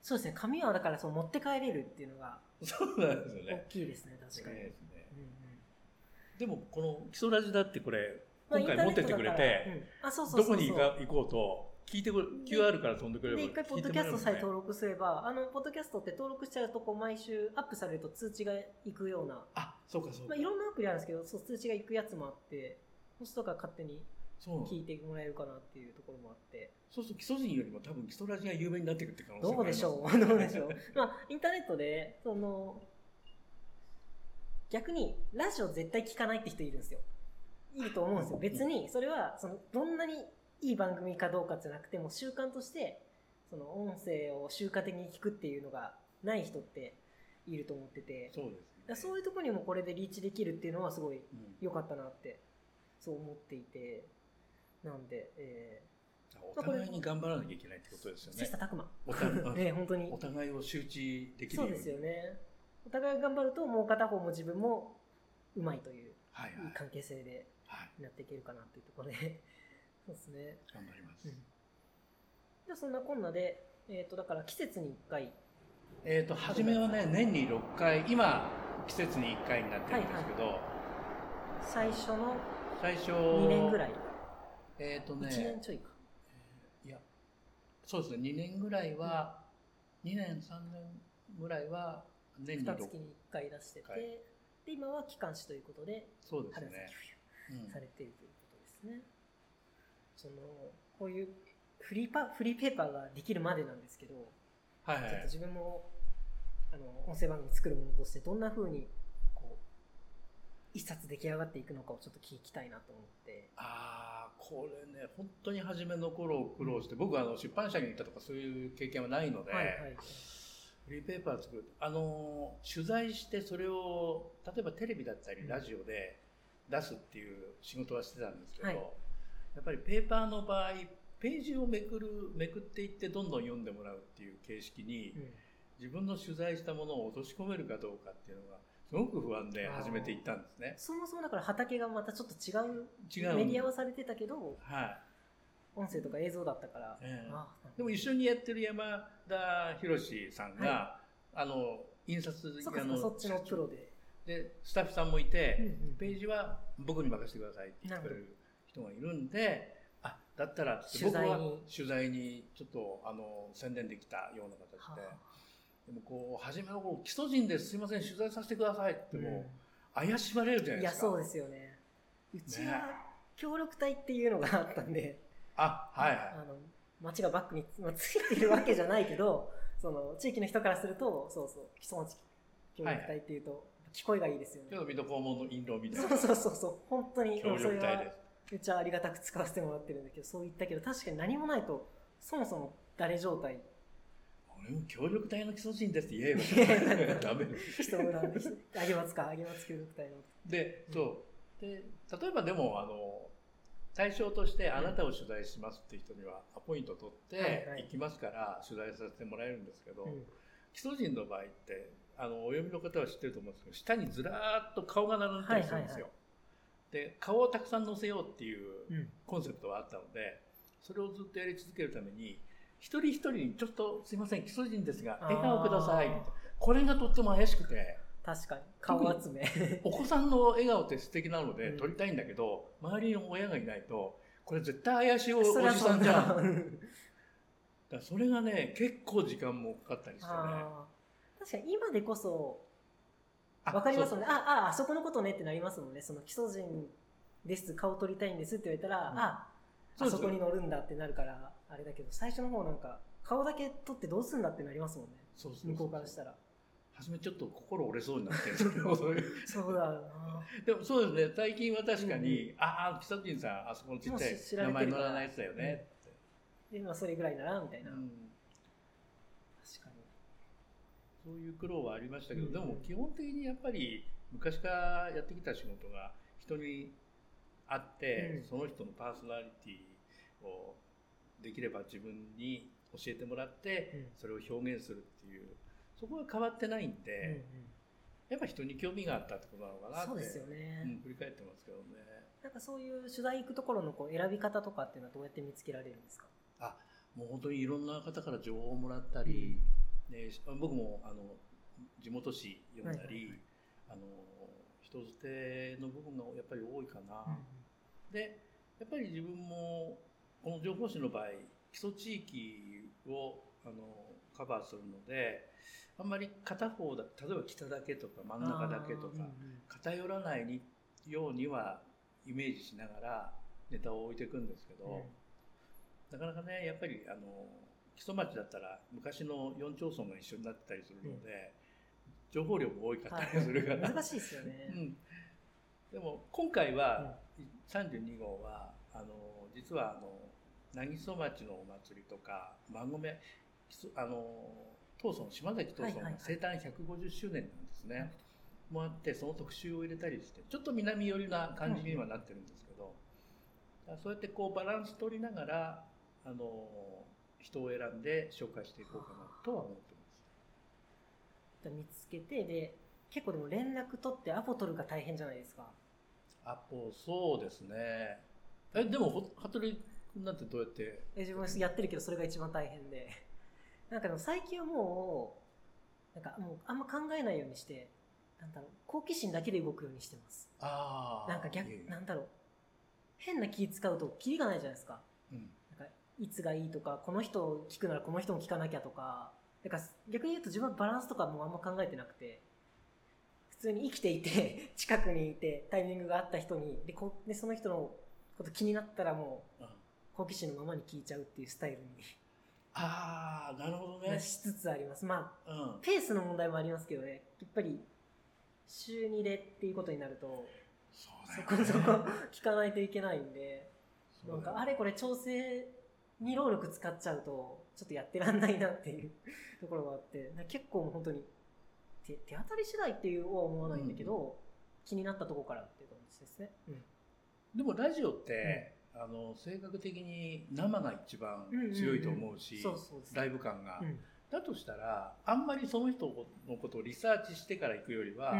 [SPEAKER 1] そうですね紙はだからそう持って帰れるっていうのが
[SPEAKER 2] そうなんですよ
[SPEAKER 1] 大
[SPEAKER 2] ね
[SPEAKER 1] きいですね確かに、
[SPEAKER 2] いいですね
[SPEAKER 1] うんうん
[SPEAKER 2] でもこの基礎ラジだってこれ
[SPEAKER 1] まあ
[SPEAKER 2] 今回持ってってく
[SPEAKER 1] イン
[SPEAKER 2] れて
[SPEAKER 1] ターネットだからうんあそうそうそう
[SPEAKER 2] ど
[SPEAKER 1] そ
[SPEAKER 2] こ
[SPEAKER 1] う
[SPEAKER 2] に行か行こうと聞いてくる QR から飛んでくれば
[SPEAKER 1] で一回ポッドキャストさえ登
[SPEAKER 2] 録
[SPEAKER 1] 録すればあのポッドキャストって登録しちゃうとこう毎週アップされると通知がいくような
[SPEAKER 2] あそうかそう
[SPEAKER 1] ま
[SPEAKER 2] か
[SPEAKER 1] あ、いろんなアプリあるんですけどそう通知が行くやつもあってホストが勝手に
[SPEAKER 2] そうなんです
[SPEAKER 1] 聞いてもらえるかなっていうところもあって
[SPEAKER 2] そうすると基礎人よりも多分基礎ラジが有名になってくるって可能性
[SPEAKER 1] どうでしょう *laughs* どうでしょうまあインターネットでその逆にラジオ絶対聞かないって人いるんですよいると思うんですよ別にそれはそのどんなにいい番組かどうかじゃなくてもう習慣としてその音声を習慣的に聞くっていうのがない人っていると思ってて
[SPEAKER 2] そうです、
[SPEAKER 1] そう
[SPEAKER 2] ね
[SPEAKER 1] いうところにもこれでリーチできるっていうのはすごい
[SPEAKER 2] うん
[SPEAKER 1] 良かったなってそう思っていてなんで、え
[SPEAKER 2] お互いに頑張らなきゃいけないってことです
[SPEAKER 1] ー、
[SPEAKER 2] よね
[SPEAKER 1] 切磋琢磨
[SPEAKER 2] お互い
[SPEAKER 1] *laughs* ね本当に
[SPEAKER 2] お互いを周知できる
[SPEAKER 1] そう
[SPEAKER 2] よう
[SPEAKER 1] で
[SPEAKER 2] に
[SPEAKER 1] すよねお互い頑張るともう片方も自分もうまいという
[SPEAKER 2] はいはい
[SPEAKER 1] いい関係性で
[SPEAKER 2] はい
[SPEAKER 1] なっていけるかなっていうところで *laughs* そうですね
[SPEAKER 2] 頑張ります、
[SPEAKER 1] うんじゃあそんなこんなで、えー、とだから季節に1回
[SPEAKER 2] えっ、と初めはね年に6回今季節に1回になってるんですけど、
[SPEAKER 1] 最初の
[SPEAKER 2] 最初
[SPEAKER 1] 2年ぐらい、
[SPEAKER 2] えっ、と
[SPEAKER 1] 1年
[SPEAKER 2] ね
[SPEAKER 1] ちょいか
[SPEAKER 2] いやそうですね2年ぐらいは、2年3年ぐらいは年に
[SPEAKER 1] 2
[SPEAKER 2] 6
[SPEAKER 1] 月に1回出してて、
[SPEAKER 2] はい
[SPEAKER 1] で今は期間誌ということで
[SPEAKER 2] そうです
[SPEAKER 1] 春
[SPEAKER 2] ね
[SPEAKER 1] 先、
[SPEAKER 2] うん
[SPEAKER 1] されているということですね。そのこういうフリーパフリーペーパーができるまでなんですけど、
[SPEAKER 2] はいは
[SPEAKER 1] ちょっと
[SPEAKER 2] い
[SPEAKER 1] 自分もあの音声番組作るものとしてどんな風にこう一冊出来上がっていくのかをちょっと聞きたいなと思って。
[SPEAKER 2] ああこれね本当に初めの頃苦労して僕はあの出版社に行ったとかそういう経験はないので、
[SPEAKER 1] はいはい
[SPEAKER 2] フリーペーパー作るあのー取材してそれを例えばテレビだった
[SPEAKER 1] う
[SPEAKER 2] り
[SPEAKER 1] ん
[SPEAKER 2] ラジオで出すっていう仕事はしてたんですけど、
[SPEAKER 1] はい
[SPEAKER 2] やっぱりペーパーの場合ページをめくるめくっていってどんどん読んでもらうっていう形式に
[SPEAKER 1] うん
[SPEAKER 2] 自分の取材したものを落とし込めるかどうかっていうのがすごく不安で始めていったんですね。
[SPEAKER 1] そもそもだから畑がまたちょっと違う
[SPEAKER 2] 違う
[SPEAKER 1] メディアはされてたけど
[SPEAKER 2] はい
[SPEAKER 1] 音声とか映像だったから、
[SPEAKER 2] ええ
[SPEAKER 1] あ
[SPEAKER 2] でも一緒にやってる山田博さんが、あの印刷
[SPEAKER 1] そっか
[SPEAKER 2] あ
[SPEAKER 1] そっか
[SPEAKER 2] の
[SPEAKER 1] そっちのプロで、
[SPEAKER 2] でスタッフさんもいて、
[SPEAKER 1] うんうん
[SPEAKER 2] ページは僕に任せてくださいって言ってくれる人がいるんで、あだったらって
[SPEAKER 1] 取
[SPEAKER 2] 僕
[SPEAKER 1] 材に
[SPEAKER 2] は取材にちょっとあの宣伝できたような
[SPEAKER 1] は
[SPEAKER 2] 形
[SPEAKER 1] あ
[SPEAKER 2] で、でもこう初めの頃基礎人です、すいません、取材させてくださいって、もう怪しまれるじゃない
[SPEAKER 1] い
[SPEAKER 2] で
[SPEAKER 1] や
[SPEAKER 2] すか。
[SPEAKER 1] そうですよねうち
[SPEAKER 2] ね
[SPEAKER 1] は協力隊っていうのがあったんで、
[SPEAKER 2] あはいはい、
[SPEAKER 1] あの町がバックに、まあ、ついてるわけじゃないけどその地域の人からするとそうそう基礎町協力隊っていうと、聞こえがいいですよ
[SPEAKER 2] ち
[SPEAKER 1] ね
[SPEAKER 2] ょっと水戸黄門の印籠みたい
[SPEAKER 1] そう
[SPEAKER 2] な
[SPEAKER 1] そうそうそう本当に
[SPEAKER 2] 協
[SPEAKER 1] それ
[SPEAKER 2] 力隊
[SPEAKER 1] は
[SPEAKER 2] です。
[SPEAKER 1] めっちゃありがたく使わせてもらってるんだけどそう言ったけど確かに何もないとそもそも誰状態
[SPEAKER 2] 俺も協力隊の基礎人ですって言えよ
[SPEAKER 1] いやいや。
[SPEAKER 2] *laughs* ダメ
[SPEAKER 1] 人を選んで *laughs* きてあげますかあげます協力隊の
[SPEAKER 2] で、そう。で、例えばでも、あの、対象としてあなたを取材しますって人にはアポイント取っ
[SPEAKER 1] はい
[SPEAKER 2] て
[SPEAKER 1] はい
[SPEAKER 2] 行きますから取材させてもらえるんですけど、
[SPEAKER 1] うん
[SPEAKER 2] 基礎人の場合って、あの、お読みの方は知ってると思うんですけど、下にずらーっと顔が並んでたりするんですよ。で、顔をたくさん載せようっていう
[SPEAKER 1] うん
[SPEAKER 2] コンセプトはあったので、それをずっとやり続けるために、一人一人にちょっとすいません、基礎人ですが、笑顔ください。これがとっても怪しくて、
[SPEAKER 1] 確かに顔集め
[SPEAKER 2] お子さんの笑顔って素敵なので
[SPEAKER 1] うん
[SPEAKER 2] 撮りたいんだけど、周りに親がいないと、これ絶対怪しいおおじ
[SPEAKER 1] それは
[SPEAKER 2] さんじゃん。だ
[SPEAKER 1] そな
[SPEAKER 2] か
[SPEAKER 1] うん
[SPEAKER 2] らそれがね、結構時間もかかったりして
[SPEAKER 1] *laughs*
[SPEAKER 2] ね。
[SPEAKER 1] あー確かに今でこそ
[SPEAKER 2] あ
[SPEAKER 1] わかります
[SPEAKER 2] そ
[SPEAKER 1] もんね。あ、あ、あそこのことねってなりますもんね。その基礎人です、顔撮りたいんですって言われたら、
[SPEAKER 2] うん
[SPEAKER 1] あ、
[SPEAKER 2] そう
[SPEAKER 1] あ
[SPEAKER 2] です
[SPEAKER 1] そこに乗るんだってなるから、あれだけど、最初の方なんか、顔だけ撮ってどうすんだってなりますもんね。
[SPEAKER 2] うそうそうそう
[SPEAKER 1] 向こうからしたら。
[SPEAKER 2] 初めちょっと心折れそうになってるんですけ
[SPEAKER 1] *laughs*
[SPEAKER 2] どそういう
[SPEAKER 1] そうだよ
[SPEAKER 2] *laughs*
[SPEAKER 1] な。
[SPEAKER 2] でもそうですね、最近は確かに、ああ、キサチンさん、あそこのちっちゃい
[SPEAKER 1] もう知ら
[SPEAKER 2] 名
[SPEAKER 1] れて
[SPEAKER 2] 前
[SPEAKER 1] るか
[SPEAKER 2] 乗
[SPEAKER 1] ら
[SPEAKER 2] らないやつだよね。
[SPEAKER 1] で、まあ、それぐらいなら、みたいな。
[SPEAKER 2] うん
[SPEAKER 1] 確かに。
[SPEAKER 2] そういう苦労はありましたけど、
[SPEAKER 1] うん
[SPEAKER 2] でも基本的にやっぱり昔からやってきた仕事が人に会って、
[SPEAKER 1] うん
[SPEAKER 2] その人のパーソナリティをできれば自分に教えてもらって、
[SPEAKER 1] うん
[SPEAKER 2] それを表現するっていうそこは変わってないんで、やっぱ人に興味があったってことなのかなって
[SPEAKER 1] そうですよね、
[SPEAKER 2] うん振り返ってますけどね。
[SPEAKER 1] なんかそういう取材行くところのこう選び方とかっていうのはどうやって見つけられるんですか
[SPEAKER 2] もう本当にいろんな方から情報をもらったり、で僕もあの地元紙読んだり、
[SPEAKER 1] はいはいはい
[SPEAKER 2] あの人捨ての部分がやっぱり多いかな、でやっぱり自分もこの情報誌の場合基礎地域をあのカバーするのであんまり片方だ例えば北だけとか真ん中だけと
[SPEAKER 1] あー
[SPEAKER 2] か偏らないにようにはイメージしながらネタを置いていくんですけど。
[SPEAKER 1] うんうんうん
[SPEAKER 2] なかなかね、やっぱりあの基礎町だったら昔の4町村が一緒になってたりするので、情報量も多いか *laughs* ったりするから、
[SPEAKER 1] 難しいですよね、
[SPEAKER 2] うん、でも今回は、32号はあの実はあの南木曽町のお祭りとか馬込基礎あの東村島崎東村
[SPEAKER 1] はい
[SPEAKER 2] が
[SPEAKER 1] はいはい
[SPEAKER 2] 生誕150周年なんですね。もあってその特集を入れたりしてちょっと南寄りな感じにはなってるんですけど、だからそうやってこうバランス取りながらあの人を選んで紹介していこうかなとは思ってま
[SPEAKER 1] 見つけてで結構でも連絡取ってアポ取るが大変じゃないですか
[SPEAKER 2] す。アポそうですねえでもほ服部君なんてどうやって
[SPEAKER 1] え自分はやってるけどそれが一番大変で *laughs* なんかでも最近はもうなんかもうあんま考えないようにしてなんだろう好奇心だけで動くようにしてます
[SPEAKER 2] ああ
[SPEAKER 1] なんか逆
[SPEAKER 2] いえいえ
[SPEAKER 1] なんだろう変な気使うとキリがないじゃないですか
[SPEAKER 2] うん
[SPEAKER 1] なんかいつがいいとかこの人を聞くならこの人も聞かなきゃとかなんか逆に言うと自分はバランスとかもあんま考えてなくて普通に生きていて *laughs* 近くにいてタイミングがあった人にでこでその人のこと気になったらもう
[SPEAKER 2] うん
[SPEAKER 1] 好奇心のままに聞いちゃうっていうスタイルに
[SPEAKER 2] ああなるほどね
[SPEAKER 1] なしつつありますまあ
[SPEAKER 2] うん
[SPEAKER 1] ペースの問題もありますけどねやっぱり週2でっていうことになるとそ
[SPEAKER 2] そうだ
[SPEAKER 1] こ
[SPEAKER 2] よね
[SPEAKER 1] そこ *laughs* 聞かないといけないんで
[SPEAKER 2] そう
[SPEAKER 1] な
[SPEAKER 2] だ
[SPEAKER 1] ん
[SPEAKER 2] よね
[SPEAKER 1] かあれこれ調整に労力使っちゃうとちょっとやってらんないなっていう *laughs* ところがあってなんか結構もう本当に手手当たり次第っていうは思わないんだけど、気になったところからっていう感じですね。
[SPEAKER 2] でもラジオって、あの性格的に生が一番強いと思うし、
[SPEAKER 1] うんうんうんそうそうそう
[SPEAKER 2] ライブ感が、
[SPEAKER 1] うん
[SPEAKER 2] だとしたらあんまりその人のことをリサーチしてから行くよりは、
[SPEAKER 1] うん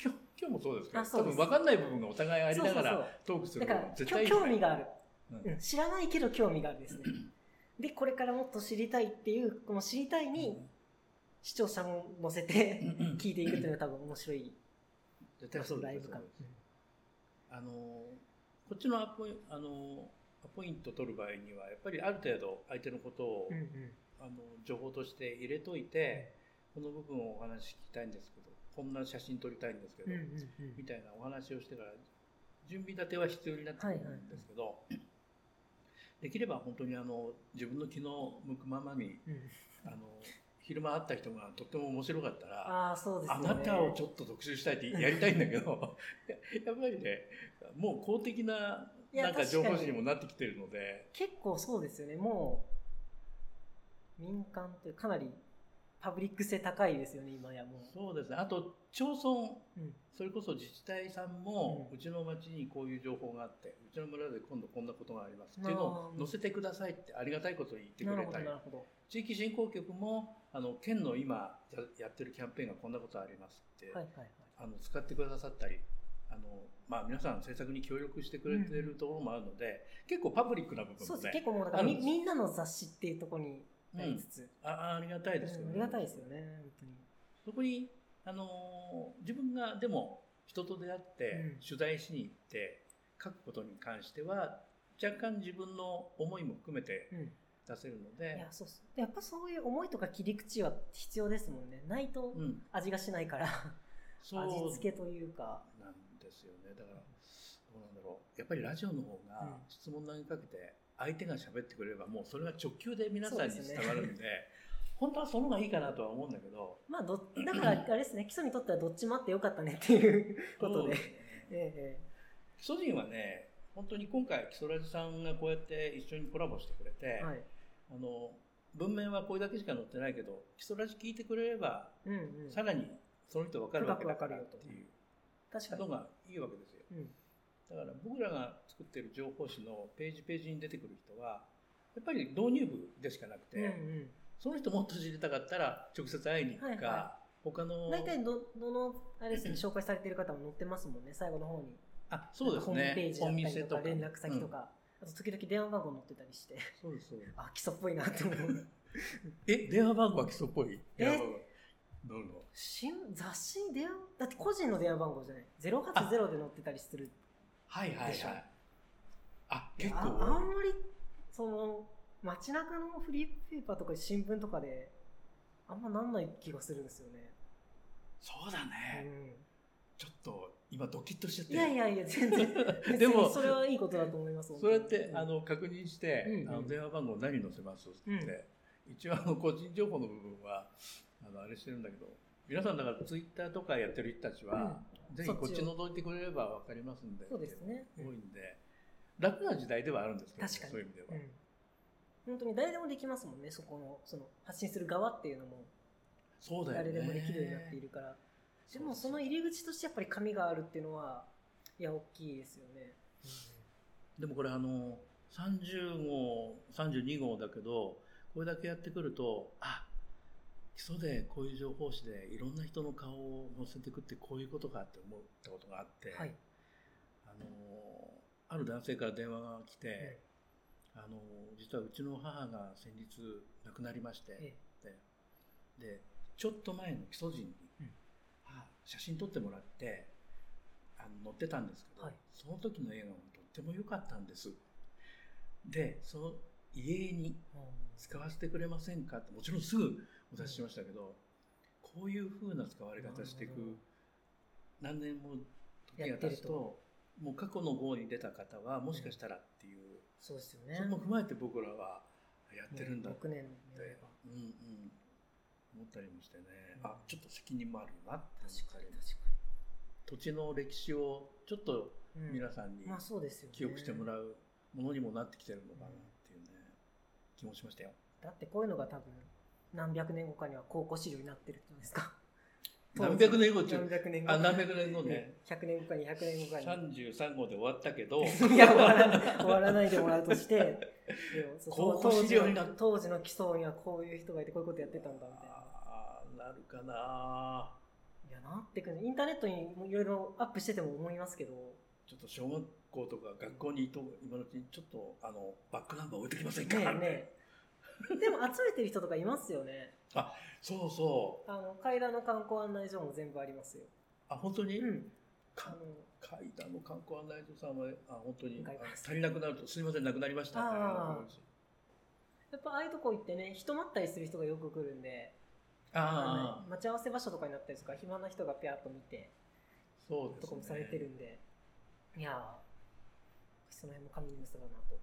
[SPEAKER 2] 今日今日もそうですけど
[SPEAKER 1] あそう
[SPEAKER 2] 多
[SPEAKER 1] です
[SPEAKER 2] 分分かんない部分がお互いあり
[SPEAKER 1] そう
[SPEAKER 2] な
[SPEAKER 1] そ
[SPEAKER 2] が
[SPEAKER 1] うそ
[SPEAKER 2] ら
[SPEAKER 1] う
[SPEAKER 2] トークす
[SPEAKER 1] だ
[SPEAKER 2] る
[SPEAKER 1] か
[SPEAKER 2] の
[SPEAKER 1] ら
[SPEAKER 2] が絶
[SPEAKER 1] きょ
[SPEAKER 2] 対いい
[SPEAKER 1] 興味がある、
[SPEAKER 2] うん
[SPEAKER 1] うん知らないけど興味があるですね。でこれからもっと知りたいっていうこの知りたいに視聴者も乗せて
[SPEAKER 2] うんうん
[SPEAKER 1] 聞いていくっていうのが多分面白い
[SPEAKER 2] 絶対そうです
[SPEAKER 1] ライブ感。
[SPEAKER 2] あのこっちのアポイあのアポイント取る場合にはやっぱりある程度相手のことを、
[SPEAKER 1] うんうん
[SPEAKER 2] あの情報として入れといて、この部分をお話し聞きたいんですけどこんな写真撮りたいんですけど、
[SPEAKER 1] うんうんうん
[SPEAKER 2] みたいなお話をしてから準備立ては必要になってくるんですけど、できれば本当にあの自分の気の向くままに
[SPEAKER 1] うん
[SPEAKER 2] あの昼間会った人がとっても面白かったら。
[SPEAKER 1] ああそうです
[SPEAKER 2] あ
[SPEAKER 1] よね。
[SPEAKER 2] なたをちょっと特集したいってやりたいんだけ *laughs* どやっぱりねもう公的ない
[SPEAKER 1] や
[SPEAKER 2] なんか
[SPEAKER 1] 確か
[SPEAKER 2] 情
[SPEAKER 1] に
[SPEAKER 2] 報誌にもなってきてるので
[SPEAKER 1] 結構そうですよねもう民間というかなりパブリック性高いですよね今やもう
[SPEAKER 2] そうですねあと町村
[SPEAKER 1] うん
[SPEAKER 2] それこそ自治体さんも、
[SPEAKER 1] う
[SPEAKER 2] うちの町にこういう情報があってうちの村で今度こんなことがあります
[SPEAKER 1] あー
[SPEAKER 2] っていうのを載せてくださいってありがたいことを言ってく
[SPEAKER 1] なる
[SPEAKER 2] れ
[SPEAKER 1] ほど
[SPEAKER 2] た
[SPEAKER 1] な
[SPEAKER 2] り
[SPEAKER 1] るほど
[SPEAKER 2] 地域振興局もあの県の今ややってるキャンペーンがこんなことありますって、
[SPEAKER 1] はいはいはい
[SPEAKER 2] あの使ってくださったりあの、まあ、皆さん制作に協力してくれてるところもあるので、結構パブリックな部分
[SPEAKER 1] そ
[SPEAKER 2] も
[SPEAKER 1] うです
[SPEAKER 2] ね
[SPEAKER 1] 結構もうだから
[SPEAKER 2] あ
[SPEAKER 1] み
[SPEAKER 2] るんです
[SPEAKER 1] みんなの雑誌っていうところになりつつ、
[SPEAKER 2] ああありがたいです
[SPEAKER 1] う
[SPEAKER 2] よね、
[SPEAKER 1] んありがたいですよね本当に
[SPEAKER 2] そこに、あのー自分がでも人と出会って
[SPEAKER 1] うん
[SPEAKER 2] 取材しに行って書くことに関しては若干自分の思いも含めて
[SPEAKER 1] うん
[SPEAKER 2] 出せるの
[SPEAKER 1] い
[SPEAKER 2] で
[SPEAKER 1] や、そうそうやっぱそういう思いとか切り口は必要ですもんねないと
[SPEAKER 2] うん、
[SPEAKER 1] 味がしないから、
[SPEAKER 2] そう
[SPEAKER 1] 味付けというか
[SPEAKER 2] なんですよねだからどうなんだろうやっぱりラジオの方
[SPEAKER 1] うん
[SPEAKER 2] が質問投げかけて相手が喋ってくれればもうそれが直球で皆さんに
[SPEAKER 1] そうです
[SPEAKER 2] 伝
[SPEAKER 1] ね
[SPEAKER 2] わるんで本当はその方がいいかなとは思うんだけど
[SPEAKER 1] まあどだからあれですね基礎にとってはどっちもあってよかったねっていうことで
[SPEAKER 2] そうすね
[SPEAKER 1] ええ
[SPEAKER 2] 基礎人はね本当に今回木曽ラジさんがこうやって一緒にコラボしてくれて、
[SPEAKER 1] ええはい
[SPEAKER 2] あの文面はこれだけしか載ってないけど基礎ラジ聞いてくれれば、
[SPEAKER 1] うんうん
[SPEAKER 2] さらにその人分かるわけだか
[SPEAKER 1] 深く分
[SPEAKER 2] ら
[SPEAKER 1] かるよ
[SPEAKER 2] っ
[SPEAKER 1] と
[SPEAKER 2] ていう
[SPEAKER 1] 確かに
[SPEAKER 2] のがいいわけですよ
[SPEAKER 1] うん
[SPEAKER 2] だから僕らが作ってる情報誌のページページに出てくる人はやっぱり導入部でしかなくて、
[SPEAKER 1] うん
[SPEAKER 2] その人もっと知りたかったら直接会いに行くか、
[SPEAKER 1] はい
[SPEAKER 2] 他
[SPEAKER 1] う
[SPEAKER 2] の
[SPEAKER 1] ん、大体どどのあれですね紹介されてる方も載ってますもんね最後の方に
[SPEAKER 2] あそうです
[SPEAKER 1] ホームペー
[SPEAKER 2] ね
[SPEAKER 1] ジだったりとか
[SPEAKER 2] お店
[SPEAKER 1] 連絡先と
[SPEAKER 2] うん
[SPEAKER 1] か、あと時々電話番号載ってたりして *laughs*
[SPEAKER 2] そうですそうです
[SPEAKER 1] あ基礎っぽいなって思う
[SPEAKER 2] え電話番号は基礎っぽい
[SPEAKER 1] え
[SPEAKER 2] 電話番号どうぞ
[SPEAKER 1] 新雑誌に電話だって個人の電話番号じゃない080で載ってたりする
[SPEAKER 2] はいはいは
[SPEAKER 1] でしょ
[SPEAKER 2] いあ結
[SPEAKER 1] ああん
[SPEAKER 2] 構
[SPEAKER 1] まりその街中のフリーペーパーとか新聞とかであんまなんない気がするんですよね、
[SPEAKER 2] そうだね、ちょっと今ドキッとしちゃっ
[SPEAKER 1] うん、
[SPEAKER 2] て
[SPEAKER 1] い
[SPEAKER 2] る
[SPEAKER 1] やいやいや全
[SPEAKER 2] *laughs*
[SPEAKER 1] 然
[SPEAKER 2] でも
[SPEAKER 1] 別にそれはいいことだと思います
[SPEAKER 2] そうやって、
[SPEAKER 1] 本当に
[SPEAKER 2] あの確認して、
[SPEAKER 1] うんうん
[SPEAKER 2] あの電話番号何載せますって言って、一応あの個人情報の部分はあのあれしてるんだけど皆さんだからツイッターとかやってる人たちは、ぜひ
[SPEAKER 1] そっちを
[SPEAKER 2] こっち覗いてくれれば分かりますんで
[SPEAKER 1] そうですね
[SPEAKER 2] 多いんで楽な時代ではあるんですけど、
[SPEAKER 1] 確かに
[SPEAKER 2] そういう意味では、
[SPEAKER 1] うん本当に誰でもできますもんねそこのその発信する側っていうのも
[SPEAKER 2] そうだよ
[SPEAKER 1] 誰
[SPEAKER 2] ね
[SPEAKER 1] でもできるようになっているから、でもその入り口としてやっぱり紙があるっていうのは、いや、大きいですよね。
[SPEAKER 2] でもこれあの30号32号だけどこれだけやってくるとあ基礎でこういう情報誌でいろんな人の顔を載せてくってこういうことかって思ったことがあって、
[SPEAKER 1] はい。
[SPEAKER 2] あのある男性から電話が来て、あの実はうちの母が先日亡くなりまして、
[SPEAKER 1] え
[SPEAKER 2] ででちょっと前の基礎人に、
[SPEAKER 1] うん
[SPEAKER 2] あ写真撮ってもらってあの載ってたんですけど、
[SPEAKER 1] はい
[SPEAKER 2] その時の映画がとっても良かったんですでその家に使わせてくれませんかってもちろんすぐお出ししましたけど、こういうふうな使われ方してい
[SPEAKER 1] なるほ
[SPEAKER 2] く
[SPEAKER 1] ど
[SPEAKER 2] 何年も時が経
[SPEAKER 1] やってる
[SPEAKER 2] つともう過去の号に出た方はもしかしたらっていう、
[SPEAKER 1] そうですよね。
[SPEAKER 2] それも踏まえて僕らはやってるんだって
[SPEAKER 1] 6年
[SPEAKER 2] って
[SPEAKER 1] やれば
[SPEAKER 2] うんうん、思ったりもしてね、
[SPEAKER 1] うん
[SPEAKER 2] あちょっと責任もあるなって
[SPEAKER 1] 確かに確か
[SPEAKER 2] 土地の歴史をちょっと
[SPEAKER 1] に。うん
[SPEAKER 2] 皆さんに
[SPEAKER 1] まあそうですよね。
[SPEAKER 2] 記憶してもら
[SPEAKER 1] う。
[SPEAKER 2] うものにもなってきてるのかなっていうね、気もしましたよ
[SPEAKER 1] だってこういうのが多分、何百年後かには考古資料になってるじゃないですか。
[SPEAKER 2] 何百年後っていう
[SPEAKER 1] 何百年後
[SPEAKER 2] あ何百年後ね
[SPEAKER 1] 100年後か200年後かに。
[SPEAKER 2] 33号で終わったけ *laughs* ど
[SPEAKER 1] いや終わらない終わらないでもらうとしてでもそう
[SPEAKER 2] *laughs* 高校資料になっ
[SPEAKER 1] 当時の基礎にはこういう人がいてこういうことやってたんだみたいな
[SPEAKER 2] あーなるかない
[SPEAKER 1] やなってくるインターネットにもいろいろアップしてても思いますけど
[SPEAKER 2] ちょっと小学校とか学校にいと今のうちにちょっとあのバックナンバー置いてきませんか
[SPEAKER 1] ねえ
[SPEAKER 2] みたいな
[SPEAKER 1] ねえでも集めてる人とかいますよね
[SPEAKER 2] そうそう
[SPEAKER 1] あの階段の観光案内所も全部ありますよ、
[SPEAKER 2] あ本当に、
[SPEAKER 1] うん、あ
[SPEAKER 2] か
[SPEAKER 1] の
[SPEAKER 2] 階段の観光案内所さんはあ本当に
[SPEAKER 1] わかりま
[SPEAKER 2] あ
[SPEAKER 1] す
[SPEAKER 2] 足りなくなるとすみませんなくなりましたって
[SPEAKER 1] あー
[SPEAKER 2] 思うし
[SPEAKER 1] やっぱああいうとこ行ってね人待ったりする人がよく来るんであ
[SPEAKER 2] あ
[SPEAKER 1] の
[SPEAKER 2] ー
[SPEAKER 1] 待ち合わせ場所とかになったりとか暇な人がピャーっと見て
[SPEAKER 2] そうですね
[SPEAKER 1] とかもされてるんで、いやーその辺も神の良さだなと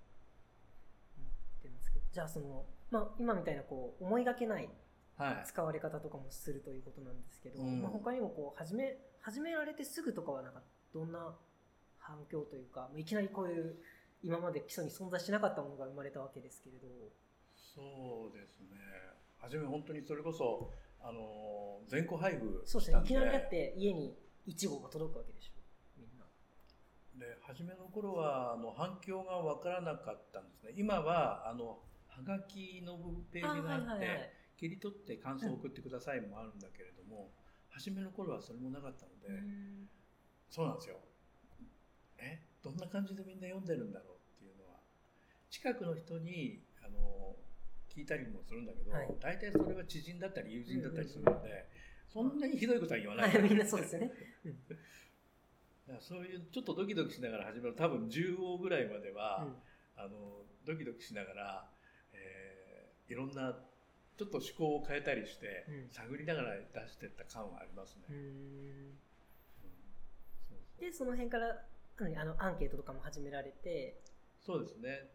[SPEAKER 1] 思ってますけど、じゃあその、まあ今みたいなこう思いがけない
[SPEAKER 2] はい
[SPEAKER 1] 使われ方とかもするということなんですけど、
[SPEAKER 2] うん
[SPEAKER 1] まあ他にもこう始め、始められてすぐとかはなんかどんな反響というか、まあいきなりこういう今まで基礎に存在しなかったものが生まれたわけですけれど、
[SPEAKER 2] そうですね初め本当にそれこそあの全校配布
[SPEAKER 1] そうですね
[SPEAKER 2] した、ん
[SPEAKER 1] いき
[SPEAKER 2] で
[SPEAKER 1] なりだって家に1号が届くわけでしょ、みんな。
[SPEAKER 2] で初めの頃はあの反響が分からなかったんですね今はあのはがきのページがあって、切り取って感想を送ってくださいもあるんだけれども、初めの頃はそれもなかったので、
[SPEAKER 1] うん
[SPEAKER 2] そうなんですよ。えどんな感じでみんな読んでるんだろうっていうのは近くの人にあの聞いたりもするんだけど、
[SPEAKER 1] はい
[SPEAKER 2] 大体それは知人だったり友人だったりするので、そんなにひどいことは言わな
[SPEAKER 1] *laughs*
[SPEAKER 2] い、
[SPEAKER 1] はいみんなそうですよね。
[SPEAKER 2] *laughs* だからそういうちょっとドキドキしながら始める多分10号ぐらいまでは、
[SPEAKER 1] うん
[SPEAKER 2] あのドキドキしながら、えーいろんなちょっと趣向を変えたりして、
[SPEAKER 1] うん
[SPEAKER 2] 探りながら出してった感はありますね。
[SPEAKER 1] う
[SPEAKER 2] うん
[SPEAKER 1] ー
[SPEAKER 2] そうんそう
[SPEAKER 1] でその辺から何あのアンケートとかも始められて、
[SPEAKER 2] そうですね。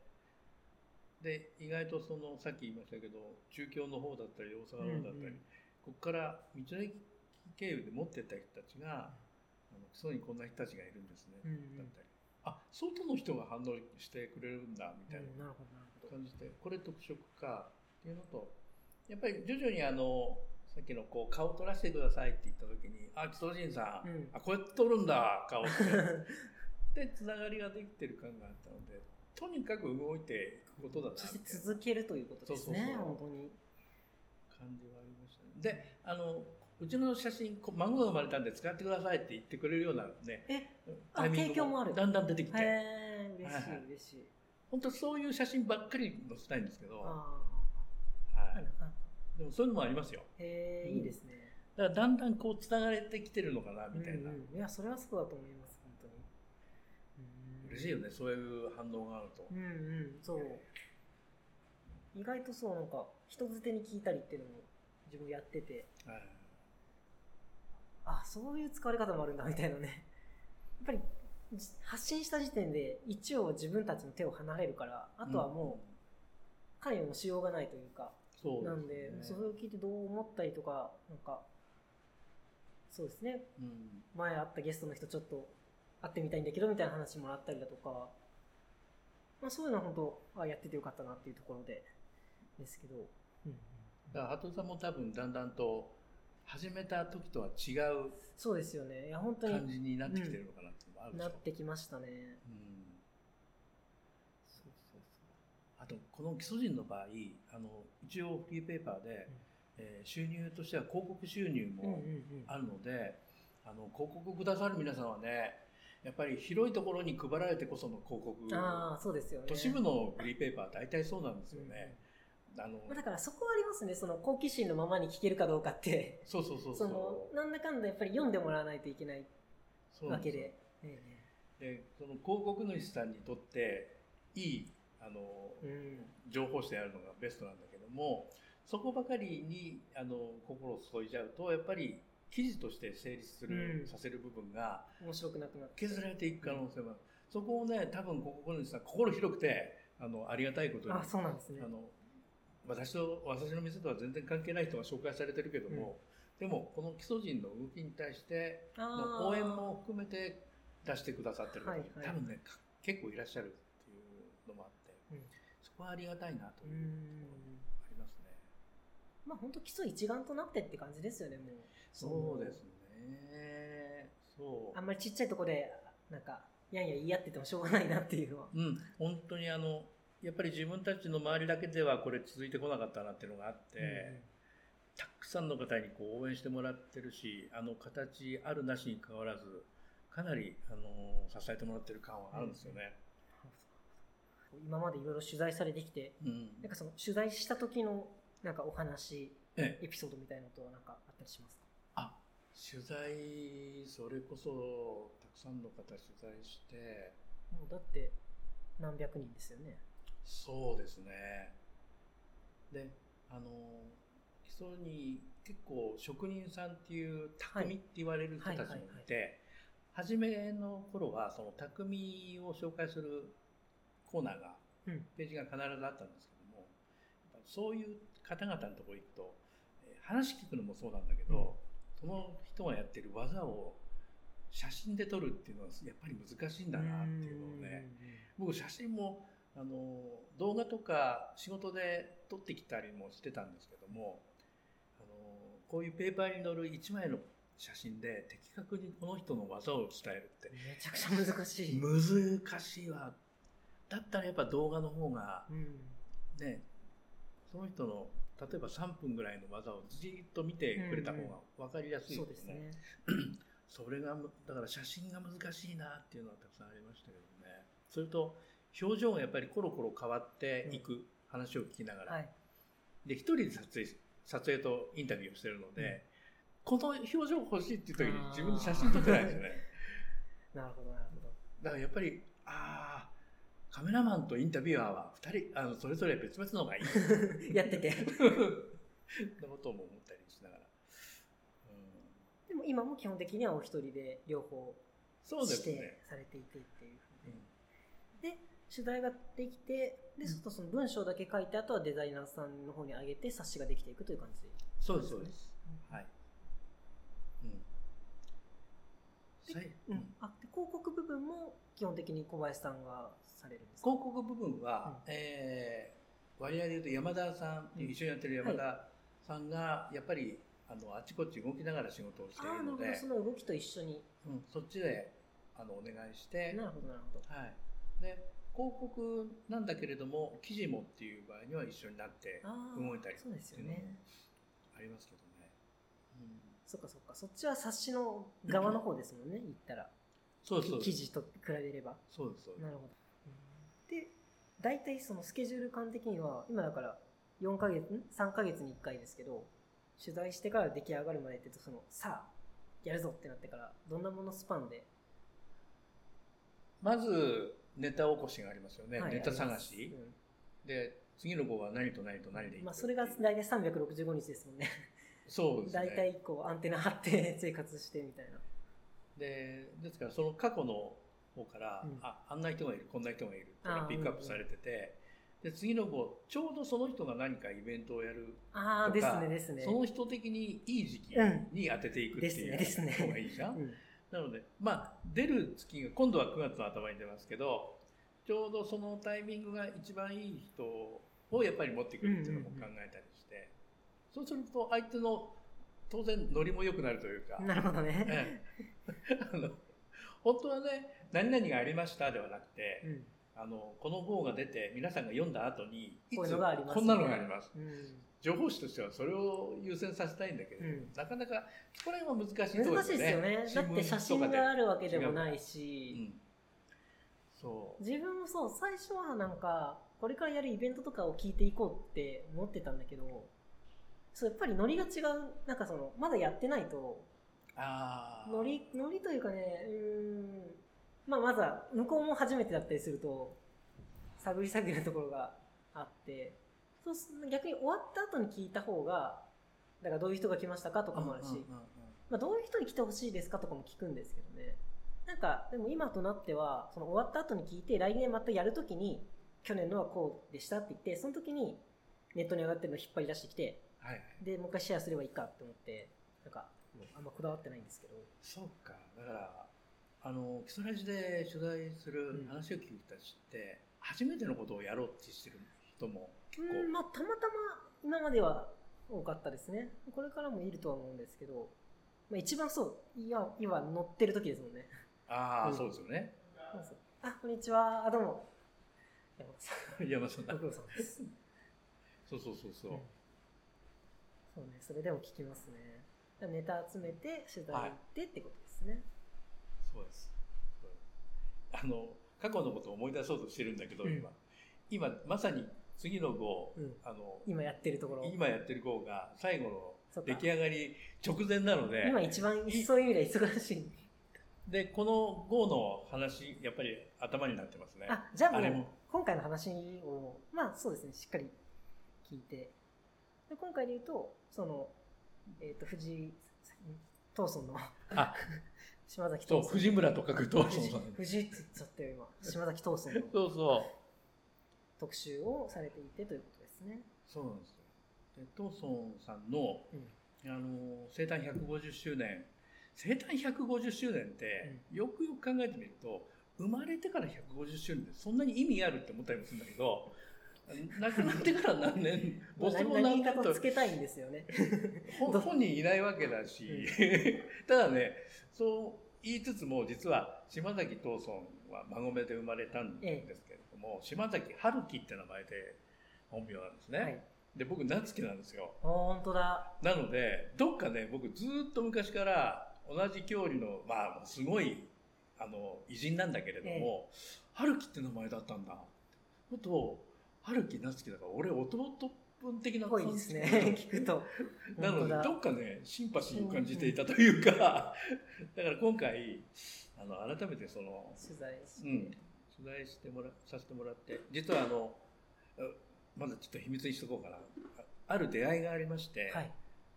[SPEAKER 2] で、意外とその、さっき言いましたけど、中京の方だったり、大阪の方だったり、
[SPEAKER 1] うんうん
[SPEAKER 2] ここから道の駅経由で持ってった人たちが、あの基礎にこんな人たちがいるんですね、
[SPEAKER 1] うんうん
[SPEAKER 2] だったり、あ外の人が反応してくれるんだみたい
[SPEAKER 1] うん
[SPEAKER 2] な
[SPEAKER 1] なるほどなるほど
[SPEAKER 2] 感じで、これ特色かっていうのと、やっぱり徐々にあの、さっきのこう顔撮らせてくださいって言った時に、あ、基礎人さん、
[SPEAKER 1] うん
[SPEAKER 2] あ、こうやって撮るんだ、顔って。
[SPEAKER 1] *laughs*
[SPEAKER 2] でつながりができてる感があったのでとにかく動いていくことだな
[SPEAKER 1] そして
[SPEAKER 2] みたいな
[SPEAKER 1] 続けるということですね
[SPEAKER 2] そうそうそう
[SPEAKER 1] 本当に
[SPEAKER 2] 感じはありましたねであのうちの写真こ孫が生まれたんで使ってくださいって言ってくれるようなね
[SPEAKER 1] えあ
[SPEAKER 2] タイミング
[SPEAKER 1] 提供もある
[SPEAKER 2] だんだん出てきて
[SPEAKER 1] へえ嬉し
[SPEAKER 2] はいはい
[SPEAKER 1] い嬉しい
[SPEAKER 2] 本当そういう写真ばっかり載せたいんですけど、は、
[SPEAKER 1] ああないかなか
[SPEAKER 2] でもそういうのもありますよ
[SPEAKER 1] へえ
[SPEAKER 2] うん
[SPEAKER 1] いいですね
[SPEAKER 2] だからだんだんこうつながれてきてるのかなみたいな、
[SPEAKER 1] うんうんいやそれはそうだと思います本当にうん
[SPEAKER 2] 嬉しいよねそういう反応があると、
[SPEAKER 1] うんうんそう意外とそうなんか人づてに聞いたりっていうのも自分やってて
[SPEAKER 2] はい
[SPEAKER 1] あそういう使われ方もあるんだみたいなねやっぱりじ発信した時点で一応自分たちの手を離れるからあとはもう関与のしようがないというか、
[SPEAKER 2] そう
[SPEAKER 1] なんでそ
[SPEAKER 2] すね
[SPEAKER 1] れを聞いてどう思ったりとかなんかそうですね
[SPEAKER 2] うん
[SPEAKER 1] 前会ったゲストの人ちょっと会ってみたいんだけどみたいな話もらったりだとか、まあ、そういうのは本当あやっててよかったなっていうところでですけど、うん
[SPEAKER 2] だから鳩さんも多分だんだんと始めた時とは違う
[SPEAKER 1] そうですよね。いや、本当
[SPEAKER 2] 感
[SPEAKER 1] に
[SPEAKER 2] じになってきてるのかなっていうのもあるでし
[SPEAKER 1] な
[SPEAKER 2] ょ、
[SPEAKER 1] ってきましたね。
[SPEAKER 2] うんそうそうそうあとこの基礎人の場合あの一応フリーペーパーで、
[SPEAKER 1] うん
[SPEAKER 2] えー収入としては広告収入
[SPEAKER 1] うんうんう
[SPEAKER 2] も
[SPEAKER 1] ん。
[SPEAKER 2] あるので、あの広告くださる皆さんはねやっぱり広いところに配られてこその広告
[SPEAKER 1] ああ、そうですよね。
[SPEAKER 2] 都市部のフリーペーパーは大体そうなんですよね。あ
[SPEAKER 1] うん
[SPEAKER 2] の
[SPEAKER 1] まあだからそこはありますね。その好奇心のままに聞けるかどうかって。
[SPEAKER 2] そうそうそう
[SPEAKER 1] そ
[SPEAKER 2] そ。
[SPEAKER 1] の、なんだかんだやっぱり読んでもらわないといけないうわけ
[SPEAKER 2] そうなん
[SPEAKER 1] で。え
[SPEAKER 2] すよでその広告主さんにとっていいあの
[SPEAKER 1] えうん。
[SPEAKER 2] 情報誌であるのがベストなんだけどもそこばかりにあの心を注いじゃうとやっぱり記事として成立する、
[SPEAKER 1] うん
[SPEAKER 2] させる部分が
[SPEAKER 1] 面白くなくなって。
[SPEAKER 2] 削られていく可能性もある、そこをね多分ここの人は心広くてあのありがたいことに
[SPEAKER 1] あ、そうなんですね
[SPEAKER 2] あ。の私と私の店とは全然関係ない人が紹介されてるけども、でもこの基礎人の動きに対して
[SPEAKER 1] あー
[SPEAKER 2] の応援も含めて出してくださってる方、
[SPEAKER 1] はいはい
[SPEAKER 2] 多分ねか結構いらっしゃるっていうのもあって、
[SPEAKER 1] うん
[SPEAKER 2] そこはありがたいなと
[SPEAKER 1] う
[SPEAKER 2] いうとこ
[SPEAKER 1] ん。
[SPEAKER 2] ろありますね。
[SPEAKER 1] まあ本当基礎一丸となってって感じですよね、もう。
[SPEAKER 2] そうですね。そ
[SPEAKER 1] あ
[SPEAKER 2] う。
[SPEAKER 1] んまりちっちゃいとこで、なんか、やんや言い合っててもしょうがないなっていうのは。
[SPEAKER 2] うん、本当にあのやっぱり自分たちの周りだけではこれ続いてこなかったなっていうのがあって、たくさんの方にこう応援してもらってるし、あの形あるなしに関わらず、かなりあの支えてもらってる感はあるんですよね。
[SPEAKER 1] うん今までいろいろ取材されてきて、
[SPEAKER 2] うん。
[SPEAKER 1] なんかその取材した時のなんかお話、
[SPEAKER 2] ええ
[SPEAKER 1] エピソードみたいなのとはなんかあったりしますか
[SPEAKER 2] あ、取材それこそたくさんの方取材して、
[SPEAKER 1] もうだって何百人ですよね。
[SPEAKER 2] そうですね。で、あの、基礎に結構職人さんっていう匠って言われる人たちもいて、
[SPEAKER 1] はいはいはい
[SPEAKER 2] 初めの頃はその匠を紹介するコーナーが、
[SPEAKER 1] うん
[SPEAKER 2] ページが必ずあったんですけども、やっぱそういう方々のところ行くと、えー話聞くのもそうなんだけど、その人がやってる技を写真で撮るっていうのはやっぱり難しいんだなっていうのをね、僕写真もあの動画とか仕事で撮ってきたりもしてたんですけどもあのこういうペーパーに載る1枚の写真で的確にこの人の技を伝えるって
[SPEAKER 1] うん。めちゃくちゃ難しい。
[SPEAKER 2] 難しいわだったらやっぱ動画の方が
[SPEAKER 1] うん。
[SPEAKER 2] ねその人の例えば3分ぐらいの技をじっと見てくれた方が分かりやすい
[SPEAKER 1] そう
[SPEAKER 2] よ
[SPEAKER 1] ですね。
[SPEAKER 2] それがむだから写真が難しいなっていうのはたくさんありましたけどねそれと表情がやっぱりコロコロ変わっていく話を聞きながら、
[SPEAKER 1] はい。
[SPEAKER 2] で一人で撮影し撮影とインタビューをしてるので、この表情欲しいっていう時に自分で写真撮ってないんですよね
[SPEAKER 1] なるほど、なるほど。
[SPEAKER 2] だからやっぱりああカメラマンとインタビュアーは2人あのそれぞれ別々の方がい
[SPEAKER 1] *laughs*
[SPEAKER 2] い
[SPEAKER 1] やってて。
[SPEAKER 2] なことも思ったりしながら、うん、
[SPEAKER 1] でも今も基本的にはお一人で両方
[SPEAKER 2] そうで
[SPEAKER 1] し
[SPEAKER 2] すね
[SPEAKER 1] て、されていくっていうふう
[SPEAKER 2] う
[SPEAKER 1] に
[SPEAKER 2] ん
[SPEAKER 1] で取材ができてでちょっとその文章だけ書いてあとはデザイナーさんの方に上げて冊子ができていくという感じ
[SPEAKER 2] そうですそうです
[SPEAKER 1] うん
[SPEAKER 2] はい。うん。さいう
[SPEAKER 1] う
[SPEAKER 2] ん
[SPEAKER 1] ん、あで広告部分も基本的に小林さんがされるんですか
[SPEAKER 2] 広告部分は、えー割合で言うと山田さん、
[SPEAKER 1] うん
[SPEAKER 2] 一緒にやってる山田さんが、やっぱり、あの、あちこち動きながら仕事をしてい
[SPEAKER 1] ああ
[SPEAKER 2] る
[SPEAKER 1] なる
[SPEAKER 2] の
[SPEAKER 1] ほ
[SPEAKER 2] で、
[SPEAKER 1] どその動きと一緒に
[SPEAKER 2] うん、そっちで、あの、お願いして、
[SPEAKER 1] なるほどなるほど
[SPEAKER 2] はい。で、広告なんだけれども、記事もっていう場合には一緒になって
[SPEAKER 1] あー
[SPEAKER 2] 動いたり
[SPEAKER 1] そうです
[SPEAKER 2] っ
[SPEAKER 1] よ
[SPEAKER 2] ていうのも
[SPEAKER 1] ね
[SPEAKER 2] ありますけどね。うん、
[SPEAKER 1] そっかそっかそっちは冊子の側の方ですもんね言ったら
[SPEAKER 2] そうそう。
[SPEAKER 1] 記。事と比べれば
[SPEAKER 2] そうです、そうです
[SPEAKER 1] なるほどうんで大体そのスケジュール感的には今だから4ヶ月ん3ヶ月に1回ですけど取材してから出来上がるまでってそのさあやるぞってなってからどんなものスパンで、
[SPEAKER 2] まず、ネタ起こしがありますよね。
[SPEAKER 1] はい
[SPEAKER 2] ネタ探
[SPEAKER 1] やり
[SPEAKER 2] し
[SPEAKER 1] ま。す
[SPEAKER 2] で次の号は何と何と何でい
[SPEAKER 1] うん
[SPEAKER 2] く
[SPEAKER 1] まあ、それが大体365日ですもんね
[SPEAKER 2] そうですね
[SPEAKER 1] 大体こうアンテナ張って生活してみたいな
[SPEAKER 2] でですからその過去の方から、
[SPEAKER 1] うん
[SPEAKER 2] ああんな人がいるこんな人がいるって
[SPEAKER 1] あー
[SPEAKER 2] ピックアップされてて、で次の号ちょうどその人が何かイベントをやる
[SPEAKER 1] ああ
[SPEAKER 2] と
[SPEAKER 1] で
[SPEAKER 2] か
[SPEAKER 1] すねですね
[SPEAKER 2] その人的にいい時期
[SPEAKER 1] うん
[SPEAKER 2] に当てていくっていう
[SPEAKER 1] ですねですね
[SPEAKER 2] 方がいいじゃん、
[SPEAKER 1] うん
[SPEAKER 2] なのでまあ出る月が今度は9月の頭に出ますけどちょうどそのタイミングが一番いい人をやっぱり持ってくるっていうのも考えたりして、そうすると相手の当然ノリも良くなるというか、
[SPEAKER 1] なるほどね。
[SPEAKER 2] ええあの本当はね「何々がありました」ではなくて、
[SPEAKER 1] うん。
[SPEAKER 2] あのこの号が出て皆さんが読んだ後にいつ
[SPEAKER 1] こういうのがあります
[SPEAKER 2] こんなのがあります
[SPEAKER 1] うん。
[SPEAKER 2] 情報誌としてはそれを優先させたいんだけど、
[SPEAKER 1] うん
[SPEAKER 2] なかなかそこら辺は難しいところ
[SPEAKER 1] 難しいですよね。だって写真があるわけでもないし、
[SPEAKER 2] そう
[SPEAKER 1] 自分もそう、最初はなんか、これからやるイベントとかを聞いていこうって思ってたんだけど、そう、やっぱりノリが違う、なんかその、まだやってないと、
[SPEAKER 2] ああ
[SPEAKER 1] ノリ、ノリというかね、うーん、まあまずは、向こうも初めてだったりすると、探り探りなところがあって、そうす逆に終わった後に聞いた方が、だからどういう人が来ましたかとかもあるし、
[SPEAKER 2] うんうんうん
[SPEAKER 1] まあ、どういう人に来てほしいですかとかも聞くんですけどね。なんか、でも今となっては、その終わった後に聞いて、来年またやるときに、去年のはこうでしたって言って、その時にネットに上がってるのを引っ張り出してきて、
[SPEAKER 2] はいはい
[SPEAKER 1] で、もう一回シェアすればいいかって思って、なんか、もうあんまこだわってないんですけど。
[SPEAKER 2] そうかだからあの基礎ラジで取材す
[SPEAKER 1] う
[SPEAKER 2] る
[SPEAKER 1] ん
[SPEAKER 2] 話を聞く人たちって、初めてのことをやろうってしてる人も結構、
[SPEAKER 1] うん、まあ、たまたま今までは多かったですね。これからもいるとは思うんですけど、まあ、一番そう、いや、今乗ってる時ですもんね。
[SPEAKER 2] ああ、
[SPEAKER 1] うん
[SPEAKER 2] そうですよね *laughs*
[SPEAKER 1] そうそうあ、こんにちは。あ、どうも。山本さん
[SPEAKER 2] 山さんだ
[SPEAKER 1] ご苦労さんです。
[SPEAKER 2] そうそうそうそう、
[SPEAKER 1] うんそうね、それでも聞きますね。ネタ集めて、取材行ってってことですね。
[SPEAKER 2] そうですそうですあの過去のことを思い出そうとしてるんだけど、
[SPEAKER 1] うん
[SPEAKER 2] 今今まさに次の号、
[SPEAKER 1] うん
[SPEAKER 2] あの
[SPEAKER 1] 今やってるところ。
[SPEAKER 2] 今やってる号が最後
[SPEAKER 1] そ
[SPEAKER 2] の
[SPEAKER 1] っか
[SPEAKER 2] 出来上がり直前なので
[SPEAKER 1] 今一番、そういう意味では忙しい。
[SPEAKER 2] でこの号の話やっぱり頭になってますね
[SPEAKER 1] あ、じゃあも
[SPEAKER 2] あれ
[SPEAKER 1] う
[SPEAKER 2] も、
[SPEAKER 1] 今回の話を、まあそうですね、しっかり聞いて。で今回で言うと、その、えっ、と、藤井、トーソンの、
[SPEAKER 2] あ
[SPEAKER 1] 島崎
[SPEAKER 2] そ
[SPEAKER 1] ト
[SPEAKER 2] う
[SPEAKER 1] ーソン。
[SPEAKER 2] 藤村と書くと
[SPEAKER 1] 藤井藤井って言っちゃったよ、今。島崎トーソンの
[SPEAKER 2] そうそう
[SPEAKER 1] 特集をされていてということですね。
[SPEAKER 2] そうなんですよでトーソンさんの
[SPEAKER 1] うん。
[SPEAKER 2] あの生誕150周年生誕150周年って、よくよく考えてみると生まれてから150周年ってそんなに意味あるって思ったりもするんだけど亡くなってから何年
[SPEAKER 1] *laughs* もう
[SPEAKER 2] 没後
[SPEAKER 1] 何何
[SPEAKER 2] 何
[SPEAKER 1] 言
[SPEAKER 2] 年
[SPEAKER 1] い方
[SPEAKER 2] と
[SPEAKER 1] をつけたいんですよね。
[SPEAKER 2] 本本人いないわけだし、 *laughs* ただねそう言いつつも実は島崎藤村は孫目で生まれたんですけれども、島崎春樹って名前で本名なんですね、
[SPEAKER 1] はい。
[SPEAKER 2] で僕夏樹なんですよ
[SPEAKER 1] あ本当だ。
[SPEAKER 2] なのでどっかね僕ずーっと昔から同じ郷里のまあすごいあの偉人なんだけれども、春樹って名前だったんだあと春樹夏樹だから俺弟分的な
[SPEAKER 1] ぽい
[SPEAKER 2] 感
[SPEAKER 1] です
[SPEAKER 2] じ
[SPEAKER 1] ね。聞くと。
[SPEAKER 2] なの
[SPEAKER 1] 本当
[SPEAKER 2] で
[SPEAKER 1] だ
[SPEAKER 2] どっかねシンパシーを感じていたというかだから今回あの改めてその、
[SPEAKER 1] 取材し
[SPEAKER 2] う
[SPEAKER 1] て。
[SPEAKER 2] ん、取材してもらさせてもらって実はあのあまだちょっと秘密にしとこうかなあある出会いがありまして、
[SPEAKER 1] はい。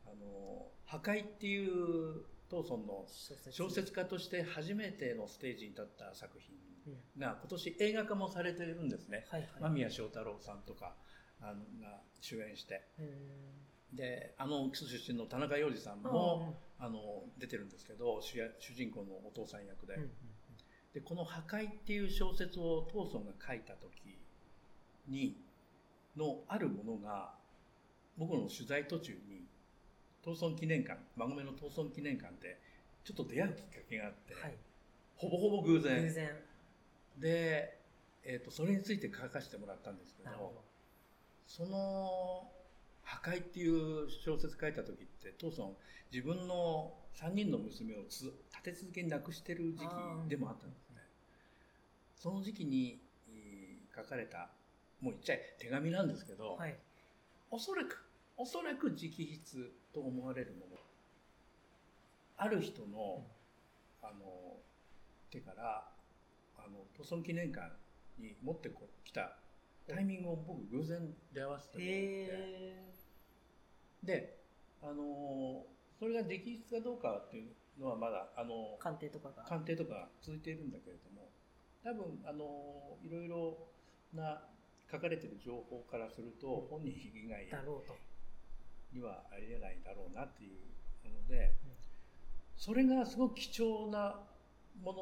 [SPEAKER 2] あの破壊っていうトーソンの
[SPEAKER 1] 小説
[SPEAKER 2] 小説家として初めてのステージに立った作品
[SPEAKER 1] うん
[SPEAKER 2] が今年映画化もされてるんですね
[SPEAKER 1] はいはい。
[SPEAKER 2] 間宮祥太朗さんとかあのが主演して
[SPEAKER 1] うん
[SPEAKER 2] であの基礎出身の田中要次さんも、あの出てるんですけど主役主人公のお父さん役で,、
[SPEAKER 1] うんうん
[SPEAKER 2] でこの「破壊」っていう小説をトーソンが書いた時にのあるものが僕の取材途中にトーソン記念館孫目のトーソン記念館でちょっと出会うきっかけがあって、
[SPEAKER 1] はい。
[SPEAKER 2] ほぼほぼ偶然
[SPEAKER 1] 偶然。
[SPEAKER 2] で、えー、とそれについて書かせてもらったんですけ
[SPEAKER 1] なる
[SPEAKER 2] ど
[SPEAKER 1] ほ
[SPEAKER 2] その「破壊」っていう小説書いた時って父さん自分の3人の娘をつ立て続けに亡くしてる時期でもあったんですね。その時期に、えー書かれたもう言っちゃえ手紙なんですけど、
[SPEAKER 1] ど。はい。
[SPEAKER 2] おそらくおそらく直筆と思われるものある人の,、あの手からあの塗装記念館に持ってこ来たタイミングを僕偶然出会わせてもらって、
[SPEAKER 1] へ
[SPEAKER 2] であのそれが直筆かどうかっていうのはまだあの
[SPEAKER 1] ー鑑定とかが。
[SPEAKER 2] 鑑定とか続いているんだけれども多分あのいろいろな書かれてる情報からすると本人以外
[SPEAKER 1] だろうと。
[SPEAKER 2] にはありえないだろうなっていうもので、それがすごく貴重なもの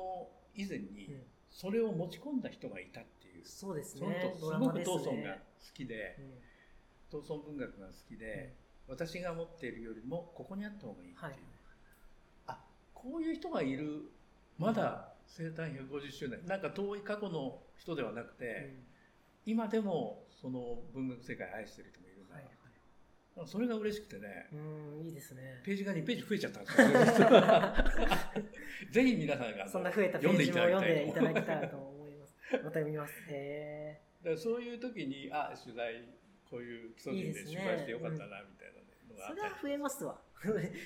[SPEAKER 2] 以前に、
[SPEAKER 1] うん
[SPEAKER 2] それを持ち込んだ人がいたっていう、
[SPEAKER 1] そうです
[SPEAKER 2] その
[SPEAKER 1] ね。
[SPEAKER 2] と
[SPEAKER 1] ド
[SPEAKER 2] す
[SPEAKER 1] ラ
[SPEAKER 2] ご
[SPEAKER 1] マ
[SPEAKER 2] く
[SPEAKER 1] です
[SPEAKER 2] トーソンが好
[SPEAKER 1] ね。
[SPEAKER 2] きで、
[SPEAKER 1] うん
[SPEAKER 2] トーソン文学が好きで、私が持っているよりもここにあった方がいいっていう、
[SPEAKER 1] はい
[SPEAKER 2] あこういう人がいるまだ生誕150周年なんか遠い過去の人ではなくて、今でもその文学世界愛してる人もいるな、
[SPEAKER 1] はい
[SPEAKER 2] なんかそれが嬉しくてね、
[SPEAKER 1] うん、いいですね。
[SPEAKER 2] ページが2ページ増えちゃったんです
[SPEAKER 1] *laughs*
[SPEAKER 2] よぜひ皆さんがあの
[SPEAKER 1] そんな増えたページも読んでいただけたらと思います。また読みます。へ
[SPEAKER 2] だからそういう時にあ取材こういう基礎人で取材してよかったなみたいなの
[SPEAKER 1] ー
[SPEAKER 2] があ
[SPEAKER 1] そ
[SPEAKER 2] っ
[SPEAKER 1] れ
[SPEAKER 2] た
[SPEAKER 1] は
[SPEAKER 2] り
[SPEAKER 1] 増えますわ。 *laughs*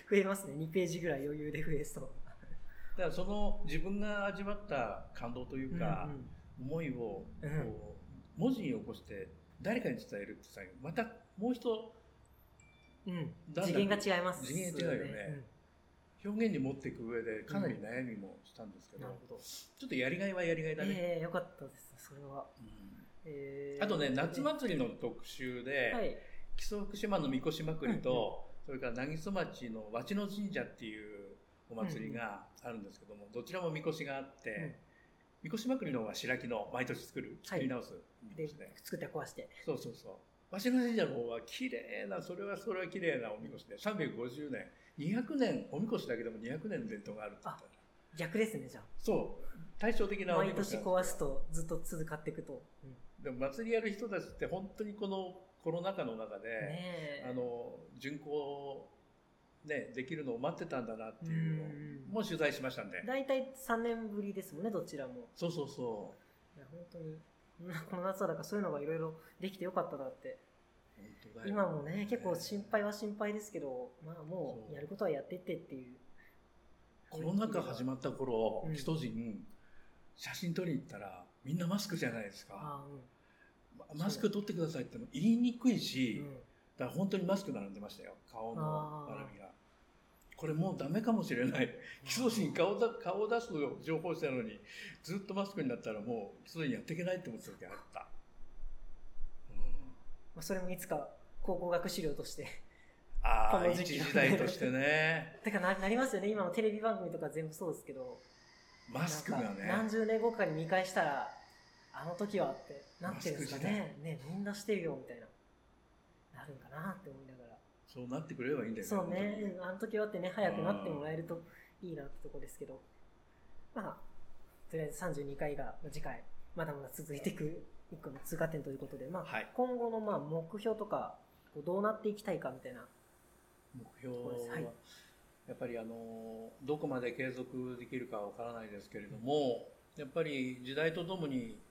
[SPEAKER 1] 増えますね。2ページぐらい余裕で増えそう。
[SPEAKER 2] だからその自分が味わった感動というか、思いをこう
[SPEAKER 1] うん
[SPEAKER 2] 文字に起こして誰かに伝えるって作業またもう一度
[SPEAKER 1] うんうん
[SPEAKER 2] だんだん
[SPEAKER 1] 次元が違います。
[SPEAKER 2] 次元が違うよね表現に持っていく上でかなり悩みもしたんですけ
[SPEAKER 1] うん。
[SPEAKER 2] ど、
[SPEAKER 1] なるほど。
[SPEAKER 2] ちょっとやりがいはやりがいだね、
[SPEAKER 1] ええ、よかったです。それは。え
[SPEAKER 2] うん
[SPEAKER 1] ー
[SPEAKER 2] あとね夏祭りの特集で、
[SPEAKER 1] はい。
[SPEAKER 2] 木曽福島の神輿まくり
[SPEAKER 1] うん
[SPEAKER 2] と、それから南木曽町の和知野神社っていうお祭りがあるんですけども、どちらも神輿があって、神輿まくりの方は白木の毎年作る作り直す神
[SPEAKER 1] で
[SPEAKER 2] 輿で、、
[SPEAKER 1] 作って壊して。
[SPEAKER 2] そうそうそう和知野神社の方は綺麗なそれはそれは綺麗なおみこしで350年200年おみこしだけでも200年伝統があるって言った
[SPEAKER 1] 逆ですね、じゃ
[SPEAKER 2] そう対照的
[SPEAKER 1] あ。
[SPEAKER 2] なおみ
[SPEAKER 1] 毎
[SPEAKER 2] こし
[SPEAKER 1] 年
[SPEAKER 2] なんで
[SPEAKER 1] 壊
[SPEAKER 2] すよ
[SPEAKER 1] すと、ずっと続かっていくと。うん
[SPEAKER 2] でも祭りやる人たちって本当にこのコロナ禍の中で、
[SPEAKER 1] ねえ。
[SPEAKER 2] あの巡行、ね、できるのを待ってたんだなってい
[SPEAKER 1] う
[SPEAKER 2] う
[SPEAKER 1] んうん
[SPEAKER 2] のも取材しましたんで、
[SPEAKER 1] 大体3年ぶりですもんね、どちらも。
[SPEAKER 2] そうそうそう
[SPEAKER 1] いや、本当に。 *laughs* この夏はだからそういうのがいろいろできてよかったなって。
[SPEAKER 2] 本当だよ
[SPEAKER 1] 今もね、結構心配は心配ですけど、まあも
[SPEAKER 2] そうう
[SPEAKER 1] やることはやってってっていう。
[SPEAKER 2] コロナ禍始まった頃、
[SPEAKER 1] うん
[SPEAKER 2] 基礎人写真撮りに行ったらみんなマスクじゃないですか
[SPEAKER 1] ああ、うん。
[SPEAKER 2] まマスク取ってくださいっても言いにくい
[SPEAKER 1] う
[SPEAKER 2] し、
[SPEAKER 1] ん
[SPEAKER 2] だから本当にマスク並んでましたよ顔の
[SPEAKER 1] あー
[SPEAKER 2] 並びがこれもうダメかもしれない基礎人顔だ顔を出す情報したのにずっとマスクになったらもう基礎人やっていけないって思った時あった、うん
[SPEAKER 1] まあそれもいつか高校学資料として。 *laughs*
[SPEAKER 2] あ
[SPEAKER 1] こ
[SPEAKER 2] あ、
[SPEAKER 1] の
[SPEAKER 2] 一
[SPEAKER 1] 時期
[SPEAKER 2] 時代とし
[SPEAKER 1] *laughs*
[SPEAKER 2] てね、
[SPEAKER 1] てかな、なりますよね。今のテレビ番組とか全部そうですけど。
[SPEAKER 2] マスクが
[SPEAKER 1] なんか
[SPEAKER 2] ね
[SPEAKER 1] 何、十年後かに見返したら、あの時はってなってるんですか
[SPEAKER 2] マスク
[SPEAKER 1] ね。ね、みんなしてるよみたいな。なるんかなって思いながら。
[SPEAKER 2] そうなってくれればいいんだよ
[SPEAKER 1] そう
[SPEAKER 2] 本当に
[SPEAKER 1] ね、うんあの時はってね、早くなってもらえるといいなってとこですけど、まあ、とりあえず32回が次回、まだまだ続いていく一個の通過点ということで、まあ、
[SPEAKER 2] はい
[SPEAKER 1] 今後のまあ目標とか、こうどうなっていきたいかみたいな。
[SPEAKER 2] 目標
[SPEAKER 1] そうです
[SPEAKER 2] は、
[SPEAKER 1] はい
[SPEAKER 2] やっぱりあのどこまで継続できるかわからないですけれども、やっぱり時代とともに、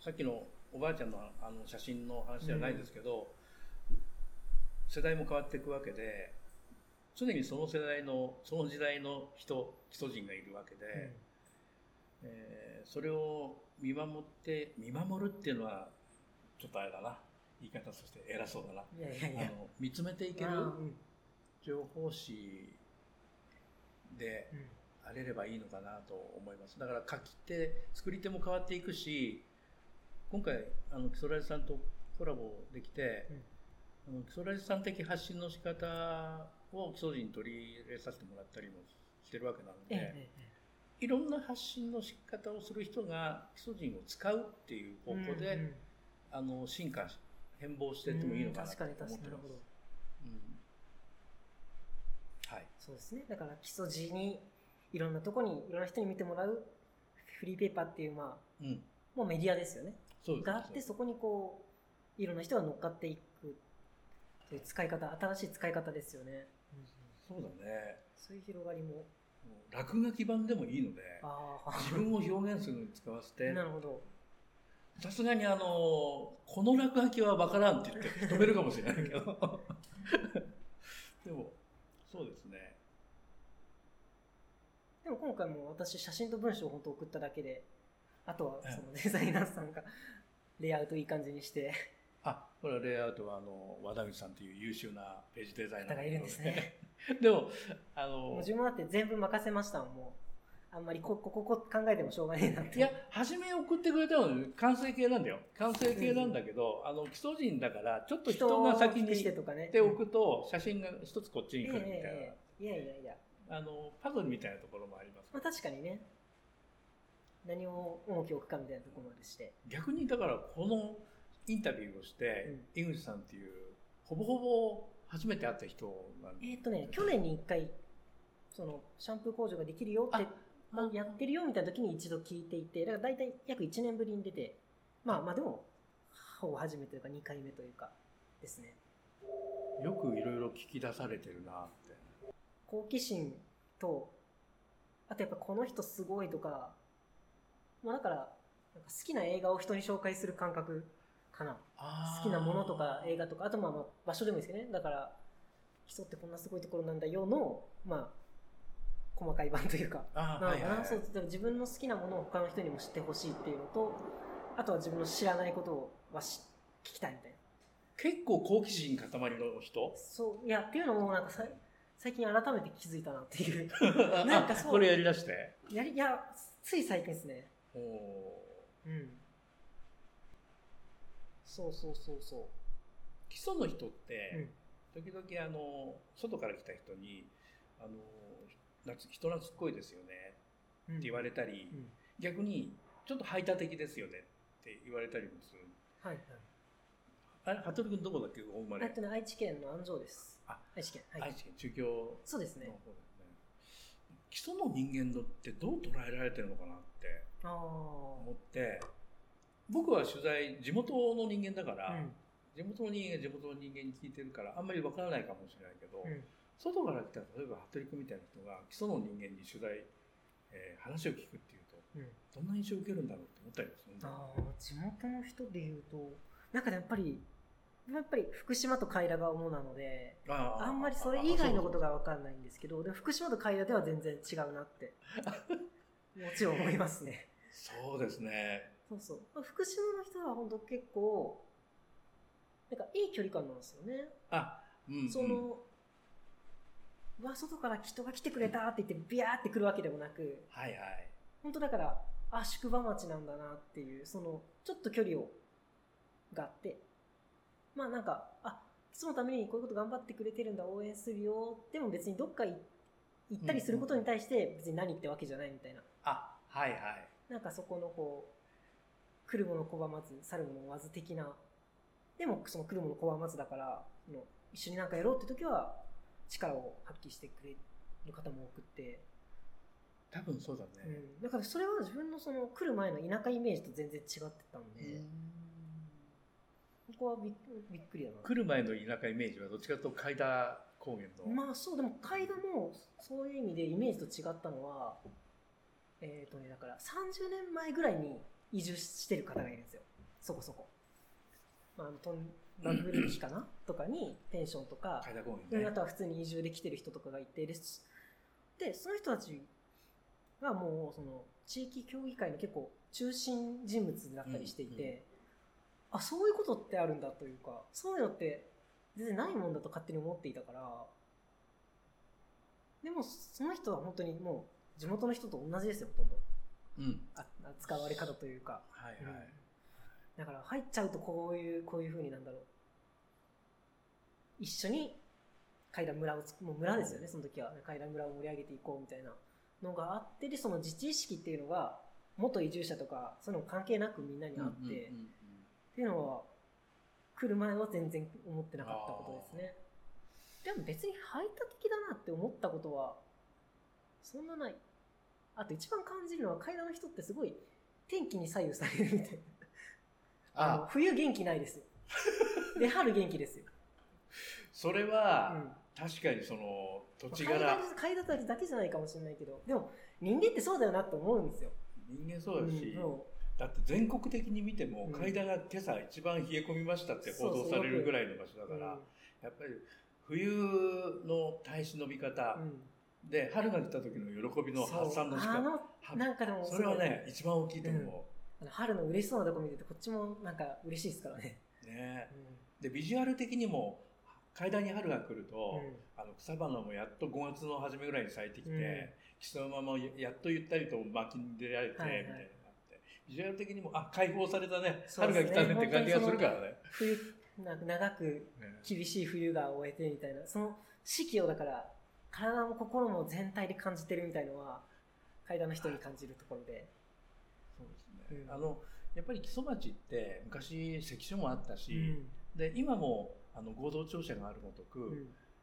[SPEAKER 2] さっきのおばあちゃんのあの写真の話じゃないですけど、世代も変わっていくわけで、常にその世代の、その時代の人、基礎人がいるわけで。えーそれを見守って見守るっていうのはちょっとあれだな言い方として偉そうだな
[SPEAKER 1] うんいやいやいや
[SPEAKER 2] あ。の見つめていける
[SPEAKER 1] あーうん
[SPEAKER 2] 情報誌で
[SPEAKER 1] うん
[SPEAKER 2] あれればいいのかなと思いますだから書き手作り手も変わっていくし今回あの木曽ラジさんとコラボできて、あの木曽ラジさん的発信の仕方を基礎人に取り入れさせてもらったりもしてるわけなの
[SPEAKER 1] え
[SPEAKER 2] で。
[SPEAKER 1] えええ
[SPEAKER 2] いろんな発信の仕方をする人が基礎人を使うっていう方向で、
[SPEAKER 1] うんうん
[SPEAKER 2] あの進化し変貌していってもいいのかな
[SPEAKER 1] うん
[SPEAKER 2] と
[SPEAKER 1] 確か
[SPEAKER 2] 思っ
[SPEAKER 1] に
[SPEAKER 2] てま
[SPEAKER 1] 確。か
[SPEAKER 2] す
[SPEAKER 1] になるほど
[SPEAKER 2] うんはい、
[SPEAKER 1] そうですね。だから基礎地にいろんなとこにいろんな人に見てもらうフリーペーパーっていうまあ
[SPEAKER 2] うん、
[SPEAKER 1] もうメディアですよね。
[SPEAKER 2] そうです
[SPEAKER 1] があってそこにこういろんな人が乗っかっていくという使い方新しい使い方ですよね、
[SPEAKER 2] そうだね。
[SPEAKER 1] そういう広がりも
[SPEAKER 2] もう落書き版でもいいので、
[SPEAKER 1] ああ
[SPEAKER 2] 自分を表現するのに使わせ
[SPEAKER 1] *laughs*
[SPEAKER 2] て、
[SPEAKER 1] なるほど
[SPEAKER 2] さすがにあのこの落書きはわからんって言って止めるかもしれないけ
[SPEAKER 1] *laughs*
[SPEAKER 2] ど、でもそうですね。
[SPEAKER 1] でも今回も私写真と文章を本当送っただけであとは
[SPEAKER 2] うん
[SPEAKER 1] そのデザイナーさんがレイアウトいい感じにして
[SPEAKER 2] あ、これはレイアウトはあの和田口さんという優秀なページデザイナー
[SPEAKER 1] 方がいるんですね
[SPEAKER 2] *laughs* でも、あ
[SPEAKER 1] もう
[SPEAKER 2] の、
[SPEAKER 1] 自分だって全部任せましたもんもうあんまりここここ考えてもしょうがねえなって
[SPEAKER 2] いや、初め送ってくれたのは完成形なんだよ。完成形なんだけど、あの、基礎人だから、ちょっと人が先に
[SPEAKER 1] 人をして
[SPEAKER 2] 行
[SPEAKER 1] とかね
[SPEAKER 2] っておくと、写真が一つこっちに来るみたい
[SPEAKER 1] え
[SPEAKER 2] な、
[SPEAKER 1] えええええいやいやいや
[SPEAKER 2] あの、パズルみたいなところもあります。
[SPEAKER 1] まあ確かにね何を重きを置くかみたいなところまでして
[SPEAKER 2] 逆に、だから、このインタビューをして、井口さんっていう、ほぼほぼ初めて会った人なん
[SPEAKER 1] えっ、とね、去年に一回、その、シャンプー工場ができるよって、もうやってるよみたいな時に一度聞いていて、だから大体約1年ぶりに出て、まあまあでも、ほぼ初めてというか2回目というかですね。
[SPEAKER 2] よくいろいろ聞き出されてるなって。
[SPEAKER 1] 好奇心と、あとやっぱこの人すごいとか、まあだから、なんか好きな映画を人に紹介する感覚かな。好きなものとか映画とか、あとまあまあ場所でもいいですよね。だから、基礎ってこんなすごいところなんだよの、まあ、細かい版というか。
[SPEAKER 2] あ
[SPEAKER 1] な
[SPEAKER 2] ー
[SPEAKER 1] の
[SPEAKER 2] は
[SPEAKER 1] か
[SPEAKER 2] い
[SPEAKER 1] な、
[SPEAKER 2] はいはい
[SPEAKER 1] そうだから自分の好きなものを他の人にも知ってほしいっていうのとあとは自分の知らないことをはし聞きたいみたいな
[SPEAKER 2] 結構好奇心塊の人
[SPEAKER 1] そういやっていうのもなんかさい最近改めて気づいたなって
[SPEAKER 2] *laughs*
[SPEAKER 1] いうんかそう
[SPEAKER 2] あこれやりだして
[SPEAKER 1] やりいやつい最近ですね
[SPEAKER 2] お
[SPEAKER 1] うんそうそうそうそ
[SPEAKER 2] 基礎の人っ
[SPEAKER 1] う、うん
[SPEAKER 2] て、、時々あの外から来た人に「あの夏人懐っこいですよね」
[SPEAKER 1] うん
[SPEAKER 2] って言われたり、
[SPEAKER 1] うん
[SPEAKER 2] 逆に「ちょっと排他的ですよね」って言われたりもする
[SPEAKER 1] はい
[SPEAKER 2] あれ服部君どこだっけお生ま
[SPEAKER 1] はいえ
[SPEAKER 2] れ、
[SPEAKER 1] っとね愛知県の安城です
[SPEAKER 2] あ
[SPEAKER 1] 愛知県はい、
[SPEAKER 2] 愛知県中京
[SPEAKER 1] そうです
[SPEAKER 2] の
[SPEAKER 1] ね
[SPEAKER 2] 方ですね基礎の人間のってどう捉えられてるのかなって
[SPEAKER 1] あ
[SPEAKER 2] 思って僕は取材地元の人間だか
[SPEAKER 1] あう
[SPEAKER 2] ら、
[SPEAKER 1] ん
[SPEAKER 2] 地元の人間地元の人間に聞いてるからあんまりわからないかもしれないけど、
[SPEAKER 1] うん
[SPEAKER 2] 外から来た例えば服部君みたいな人が基礎の人間に取材、えー話を聞くっていうと
[SPEAKER 1] うん
[SPEAKER 2] どんな印象を受けるんだろうって思ったりもするんだよ
[SPEAKER 1] あー地元の人で言うとなんかやっぱりやっぱり福島と平が主なので
[SPEAKER 2] あー
[SPEAKER 1] あんまりそれ以外のことが分かんないんですけどでも福島と平では全然違うなってもちろん思いますね
[SPEAKER 2] そうですね
[SPEAKER 1] そうそう福島の人は本当結構なんかいい距離感なんですよね、
[SPEAKER 2] あうん、うん、
[SPEAKER 1] そのうわ外から人が来てくれたって言ってビャーって来るわけでもなく
[SPEAKER 2] はいはい
[SPEAKER 1] 本当だからあ宿場町なんだなっていうそのちょっと距離をがあってまあなんかあそのためにこういうこと頑張ってくれてるんだ応援するよでも別にどっかい行ったりすることに対して別に何ってわけじゃないみたいな、
[SPEAKER 2] あはいはい
[SPEAKER 1] なんかそこのこう来るもの拒まず去るもの追わず的なでもその来るもの拒まずだからその一緒になんかやろうって時は力を発揮してくれる方も多くって。
[SPEAKER 2] 多分そうだね、
[SPEAKER 1] うん、だからそれは自分のその来る前の田舎イメージと全然違ってたんで、ここはびっびっくりだ
[SPEAKER 2] 来る前の田舎イメージはどっちかというと海田高原の、
[SPEAKER 1] な。まあそうでも海田もそういう意味でイメージと違ったのはえっ、とねだから30年前ぐらいに移住してる方がいるんですよそこそこ。まあ、あのトンバングル期かなとかにペンションとか、
[SPEAKER 2] 海田高
[SPEAKER 1] う
[SPEAKER 2] 原
[SPEAKER 1] ん
[SPEAKER 2] ね
[SPEAKER 1] あとは普通に移住で来てる人とかがいてですでその人たちがもうその地域協議会の結構中心人物だったりしていて、
[SPEAKER 2] うんう
[SPEAKER 1] あそういうことってあるんだというかそういうのって全然ないもんだと勝手に思っていたからでもその人は本当にもう地元の人と同じですよほとんど
[SPEAKER 2] うん
[SPEAKER 1] あ扱われ方というか、
[SPEAKER 2] はいはい、
[SPEAKER 1] うんだから入っちゃうとこういうこういう風になんだろう一緒に階段村をつくもう村ですよねその時は階段村を盛り上げていこうみたいなのがあってでその自治意識っていうのが元移住者とかそういうの関係なくみんなにあって、
[SPEAKER 2] うんう
[SPEAKER 1] っ
[SPEAKER 2] んうん
[SPEAKER 1] ていうのは来る前は全然思ってなかったことですねでも別に排他的だなって思ったことはそんなないあと一番感じるのは階段の人ってすごい天気に左右されるみたいなあの
[SPEAKER 2] あ
[SPEAKER 1] 冬元気ない
[SPEAKER 2] *laughs*
[SPEAKER 1] ですよで春元気ですよ、
[SPEAKER 2] それ
[SPEAKER 1] う
[SPEAKER 2] は
[SPEAKER 1] ん、
[SPEAKER 2] 確かにその土地
[SPEAKER 1] 買い
[SPEAKER 2] 柄
[SPEAKER 1] 出買い出されだけじゃないかもしれないけどでも人間ってそうだよなって思うんですよ
[SPEAKER 2] 人間そうだし
[SPEAKER 1] ん、そ
[SPEAKER 2] だって全国的に見ても
[SPEAKER 1] うん
[SPEAKER 2] 階段が今朝一番冷え込みましたって報道されるぐらいの場所だ
[SPEAKER 1] う
[SPEAKER 2] から
[SPEAKER 1] うん
[SPEAKER 2] やっぱり冬の耐し伸び方
[SPEAKER 1] うん
[SPEAKER 2] で春が来た時の喜びの発散の仕
[SPEAKER 1] そうあ
[SPEAKER 2] 方
[SPEAKER 1] のなんかでも
[SPEAKER 2] それはね一番大きいと思
[SPEAKER 1] あの春の嬉しそうなとこ見ててこっちもなんか嬉しいですからね、
[SPEAKER 2] うね
[SPEAKER 1] う
[SPEAKER 2] でビジュアル的にも階段に春が来ると
[SPEAKER 1] んうん
[SPEAKER 2] あの草花もやっと5月の初めぐらいに咲いてきて、
[SPEAKER 1] うん
[SPEAKER 2] 木そのままやっとゆったりと巻きに出られてみた
[SPEAKER 1] はいい
[SPEAKER 2] な
[SPEAKER 1] はい
[SPEAKER 2] のがあって、ビジュアル的にもあ解放されたね
[SPEAKER 1] そう
[SPEAKER 2] 春
[SPEAKER 1] です
[SPEAKER 2] が
[SPEAKER 1] ね
[SPEAKER 2] 来たねって感じがするからね
[SPEAKER 1] 冬なんか長く
[SPEAKER 2] ね
[SPEAKER 1] 厳しい冬が終えてみたいなその四季をだから体も心も全体で感じてるみたいのは階段の人に感じるところで、
[SPEAKER 2] そうですね、
[SPEAKER 1] うん
[SPEAKER 2] あのやっぱり木曽町って昔関所もあったし、
[SPEAKER 1] うん
[SPEAKER 2] で今もあの合同庁舎があるごとく、
[SPEAKER 1] う
[SPEAKER 2] や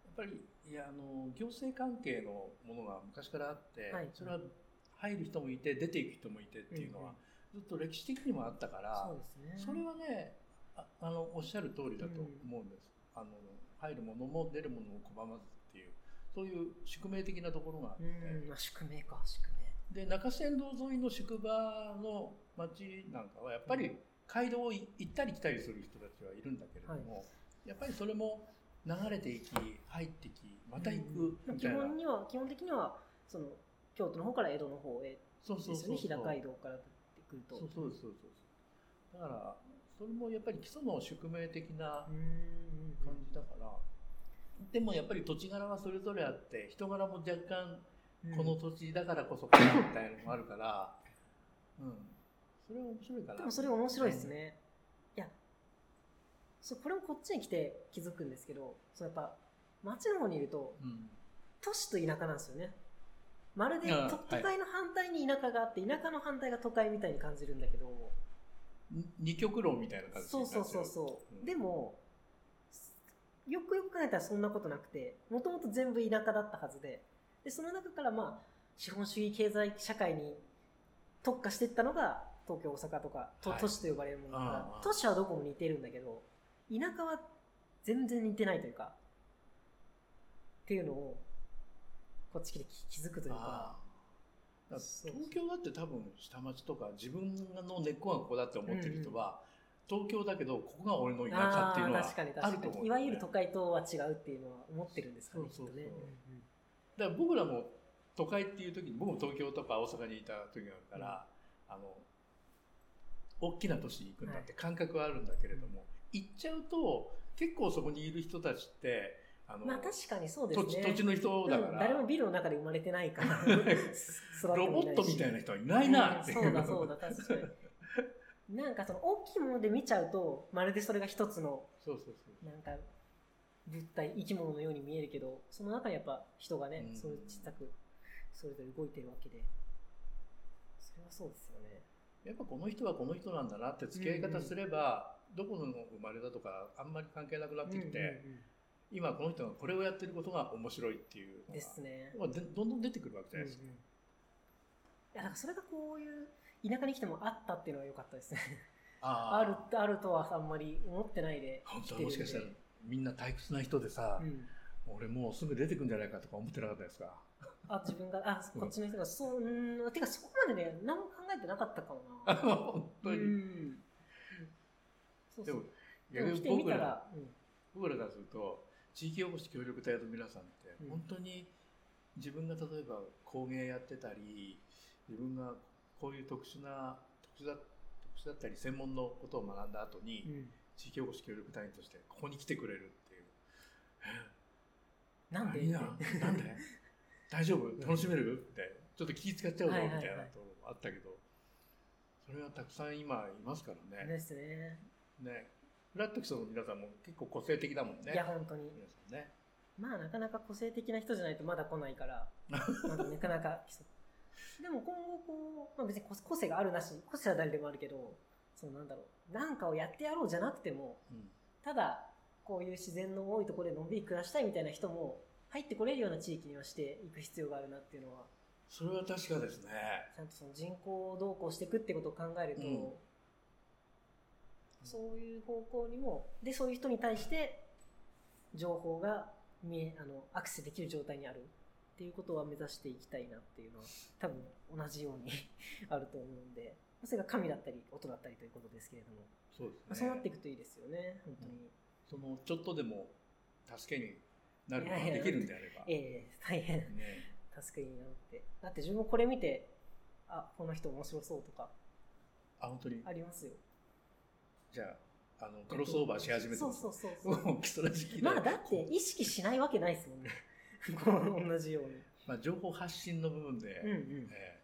[SPEAKER 2] っ
[SPEAKER 1] ん
[SPEAKER 2] ぱりいやあの行政関係のものが昔からあって、
[SPEAKER 1] はい
[SPEAKER 2] それは入る人もいて出ていく人もいてっていうのは、ずっと歴史的にもあったから、
[SPEAKER 1] そうですね。
[SPEAKER 2] それはねああのおっしゃる通りだと思うんです、あの入るものも出るものも拒まずっていうそういう宿命的なところがあって、
[SPEAKER 1] うん、まあ宿命か、宿命。
[SPEAKER 2] で中山道沿いの宿場の町なんかはやっぱり街道をい行ったり来たりする人たちはいるんだけれども、やっぱりそれも流れていき入ってきまた行く
[SPEAKER 1] うん
[SPEAKER 2] み
[SPEAKER 1] 基
[SPEAKER 2] たいな、
[SPEAKER 1] 本には、基本的には、その、京都の方から江戸の方へ
[SPEAKER 2] そう
[SPEAKER 1] です
[SPEAKER 2] そう
[SPEAKER 1] よ
[SPEAKER 2] そうそう
[SPEAKER 1] ね。日高街道から出てくると。
[SPEAKER 2] そうそうそうそうだからそれもやっぱり基礎の宿命的な
[SPEAKER 1] うんうんうん
[SPEAKER 2] 感じだから、でもやっぱり土地柄はそれぞれあって人柄も若干
[SPEAKER 1] うん
[SPEAKER 2] この土地だからこそかなみたいなのもあるから、うん、それは面白いかな
[SPEAKER 1] でもそれ面白いですね、いやそうこれもこっちに来て気づくんですけどそうやっぱ町の方にいると
[SPEAKER 2] うん
[SPEAKER 1] 都市と田舎なんですよねまるでと
[SPEAKER 2] あ
[SPEAKER 1] 都
[SPEAKER 2] はい
[SPEAKER 1] 会の反対に田舎があって田舎の反対が都会みたいに感じるんだけど、
[SPEAKER 2] に二極論みたいな感じに
[SPEAKER 1] そ
[SPEAKER 2] な
[SPEAKER 1] う
[SPEAKER 2] っちゃ
[SPEAKER 1] そうそうそう、
[SPEAKER 2] うん
[SPEAKER 1] でもよくよく考えたらそんなことなくてもともと全部田舎だったはずででその中からまあ資本主義経済社会に特化していったのが東京大阪とか都,、
[SPEAKER 2] はい
[SPEAKER 1] 都市と呼ばれるものだから
[SPEAKER 2] うんうん
[SPEAKER 1] 都市はどこも似てるんだけど田舎は全然似てないというかっていうのをこっち来て気気づくというか
[SPEAKER 2] あーだから
[SPEAKER 1] そう
[SPEAKER 2] 東京だって多分下町とか自分の根っこがここだって思ってる人は、東京だけどここが俺の田舎っていうの
[SPEAKER 1] あー
[SPEAKER 2] は
[SPEAKER 1] 確かに
[SPEAKER 2] ある
[SPEAKER 1] 確
[SPEAKER 2] と
[SPEAKER 1] か
[SPEAKER 2] 思う
[SPEAKER 1] に
[SPEAKER 2] ん
[SPEAKER 1] い
[SPEAKER 2] だよ
[SPEAKER 1] わ
[SPEAKER 2] ね、
[SPEAKER 1] ゆる都会とは違うっていうのは思ってるんですかね
[SPEAKER 2] そうそうそう
[SPEAKER 1] きっとねんん
[SPEAKER 2] だから僕らも都会っていう時に僕も東京とか大阪にいた時があるから、あの大きな都市に行くんだって感覚はあるんだけれども、行っちゃうと結構そこにいる人たちってあの、
[SPEAKER 1] まあ確かにそうです
[SPEAKER 2] 土
[SPEAKER 1] ね。
[SPEAKER 2] 地土地の人だから、
[SPEAKER 1] うん誰もビルの中で生まれて
[SPEAKER 2] *laughs*
[SPEAKER 1] ないから。
[SPEAKER 2] ロボットみたいな人はいないなっていう、
[SPEAKER 1] うんそうだそうだ、確かに。なんかその大きいもので見ちゃうと、まるでそれが一つの、
[SPEAKER 2] *laughs* そうそうそう
[SPEAKER 1] なんか、物体、生き物のように見えるけど、その中にやっぱ人がね、
[SPEAKER 2] うん
[SPEAKER 1] そういう小さく、それぞれ動いてるわけで。それはそうですよね。
[SPEAKER 2] やっぱこの人はこの人なんだなって付き合い方すれば、どこの生まれだとかあんまり関係なくなってきて、
[SPEAKER 1] うんうん
[SPEAKER 2] 今この人がこれをやってることが面白いっていうの
[SPEAKER 1] うん
[SPEAKER 2] が
[SPEAKER 1] ですね。
[SPEAKER 2] まあでどんどん出てくるわけじゃないですか、
[SPEAKER 1] うんうんいや、だからそれがこういう、田舎に来てもあったっていうのは良かったですね。
[SPEAKER 2] あ
[SPEAKER 1] あ
[SPEAKER 2] ー
[SPEAKER 1] るあるとはあんまり思ってないで
[SPEAKER 2] 本当
[SPEAKER 1] 来て
[SPEAKER 2] は
[SPEAKER 1] るん
[SPEAKER 2] も
[SPEAKER 1] で
[SPEAKER 2] しかしたらみんな退屈な人でさ、
[SPEAKER 1] うん、
[SPEAKER 2] 俺もうすぐ出てくんじゃないかとか思ってなかったですか
[SPEAKER 1] あ自分があこっちの人がそううんてかそこまでね何も考えてなかったかもな
[SPEAKER 2] 本当に、
[SPEAKER 1] うんそう
[SPEAKER 2] で
[SPEAKER 1] そ
[SPEAKER 2] も
[SPEAKER 1] うで
[SPEAKER 2] 逆
[SPEAKER 1] も
[SPEAKER 2] に
[SPEAKER 1] 来てみ
[SPEAKER 2] 僕
[SPEAKER 1] た
[SPEAKER 2] ら
[SPEAKER 1] ら、うん
[SPEAKER 2] 僕らからすると地域おこし協力隊の皆さんって
[SPEAKER 1] うん
[SPEAKER 2] 本当に自分が例えば工芸やってたり自分がこういう特殊な特殊だ特殊だったり専門のことを学んだ後に、
[SPEAKER 1] うん
[SPEAKER 2] 地域おこし協力隊員としてここに来てくれるっていう
[SPEAKER 1] なんで
[SPEAKER 2] いいなな
[SPEAKER 1] *laughs*
[SPEAKER 2] んで大丈夫楽しめるみたいなちょっと気使っちゃうぞ
[SPEAKER 1] は
[SPEAKER 2] み
[SPEAKER 1] い
[SPEAKER 2] た
[SPEAKER 1] はいいはい
[SPEAKER 2] なところもあったけどそれはたくさん今いますからね
[SPEAKER 1] ですね
[SPEAKER 2] ねフラットキソの皆さんも結構個性的だもんね
[SPEAKER 1] いや本当に
[SPEAKER 2] 皆さんね
[SPEAKER 1] まあなかなか個性的な人じゃないとまだ来ないからま
[SPEAKER 2] *laughs*
[SPEAKER 1] だなかなか来そうでも今後こう、まあ、別に個個性があるなし個性は誰でもあるけどそのなんだろうなんかをやってやろうじゃなくても
[SPEAKER 2] うん
[SPEAKER 1] ただこういう自然の多いところでのんびり暮らしたいみたいな人も入ってこれるような地域にはしていく必要があるなっていうのは
[SPEAKER 2] それは確かですね
[SPEAKER 1] ちゃんとその人口をどうこうしていくってことを考えると、
[SPEAKER 2] うん
[SPEAKER 1] そういう方向にもでそういう人に対して情報が見えあのアクセスできる状態にあるっていうことは目指していきたいなっていうのは多分同じように *laughs* あると思うんでそれが神だったり音だったりということですけれども、
[SPEAKER 2] そう
[SPEAKER 1] まあ
[SPEAKER 2] です
[SPEAKER 1] そう
[SPEAKER 2] ね
[SPEAKER 1] なっていくといいですよね本当に。
[SPEAKER 2] そのちょっとでも助けになることができるんであれば
[SPEAKER 1] ええ大変
[SPEAKER 2] ね
[SPEAKER 1] 助けになってだって自分もこれ見てあこの人面白そうとか
[SPEAKER 2] あ本当に
[SPEAKER 1] ありますよ
[SPEAKER 2] じゃああのクロスオーバーし始めて
[SPEAKER 1] そう
[SPEAKER 2] *laughs* ます
[SPEAKER 1] そうそうそう
[SPEAKER 2] もう基礎ラジキで
[SPEAKER 1] まあだって意識しないわけないです
[SPEAKER 2] *laughs*
[SPEAKER 1] もんねこの同じように
[SPEAKER 2] まあ情報発信の部分で、
[SPEAKER 1] うんうん
[SPEAKER 2] え
[SPEAKER 1] で
[SPEAKER 2] え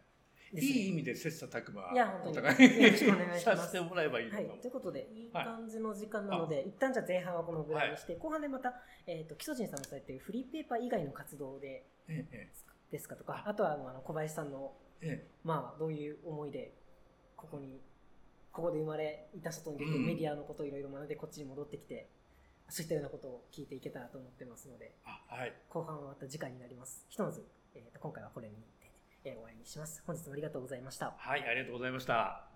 [SPEAKER 1] すね
[SPEAKER 2] いい意味で切磋琢磨
[SPEAKER 1] いや本当に
[SPEAKER 2] お互
[SPEAKER 1] よろしくお願いします
[SPEAKER 2] させてもらえばいいの
[SPEAKER 1] は
[SPEAKER 2] か
[SPEAKER 1] い
[SPEAKER 2] も、、
[SPEAKER 1] ということで、いい感じの時間なので、一旦じゃあ前半はこのぐらいにして、後半でまた、えー、と基礎人さんのされているフリーペーパー以外の活動で
[SPEAKER 2] ええ
[SPEAKER 1] ですかとか、あとはあのあの小林さんの、
[SPEAKER 2] ええ
[SPEAKER 1] まあ、どういう思いで、ここに、ここで生まれいた外に出て、
[SPEAKER 2] うん
[SPEAKER 1] メディアのことをいろいろ学んで、こっちに戻ってきて、そういったようなことを聞いていけたらと思ってますので、
[SPEAKER 2] あはい
[SPEAKER 1] 後半はまた次回になります。ひとまず、えーと今回はこれにて、えー終わりにします。本日もありがとうございました。
[SPEAKER 2] はいありがとうございました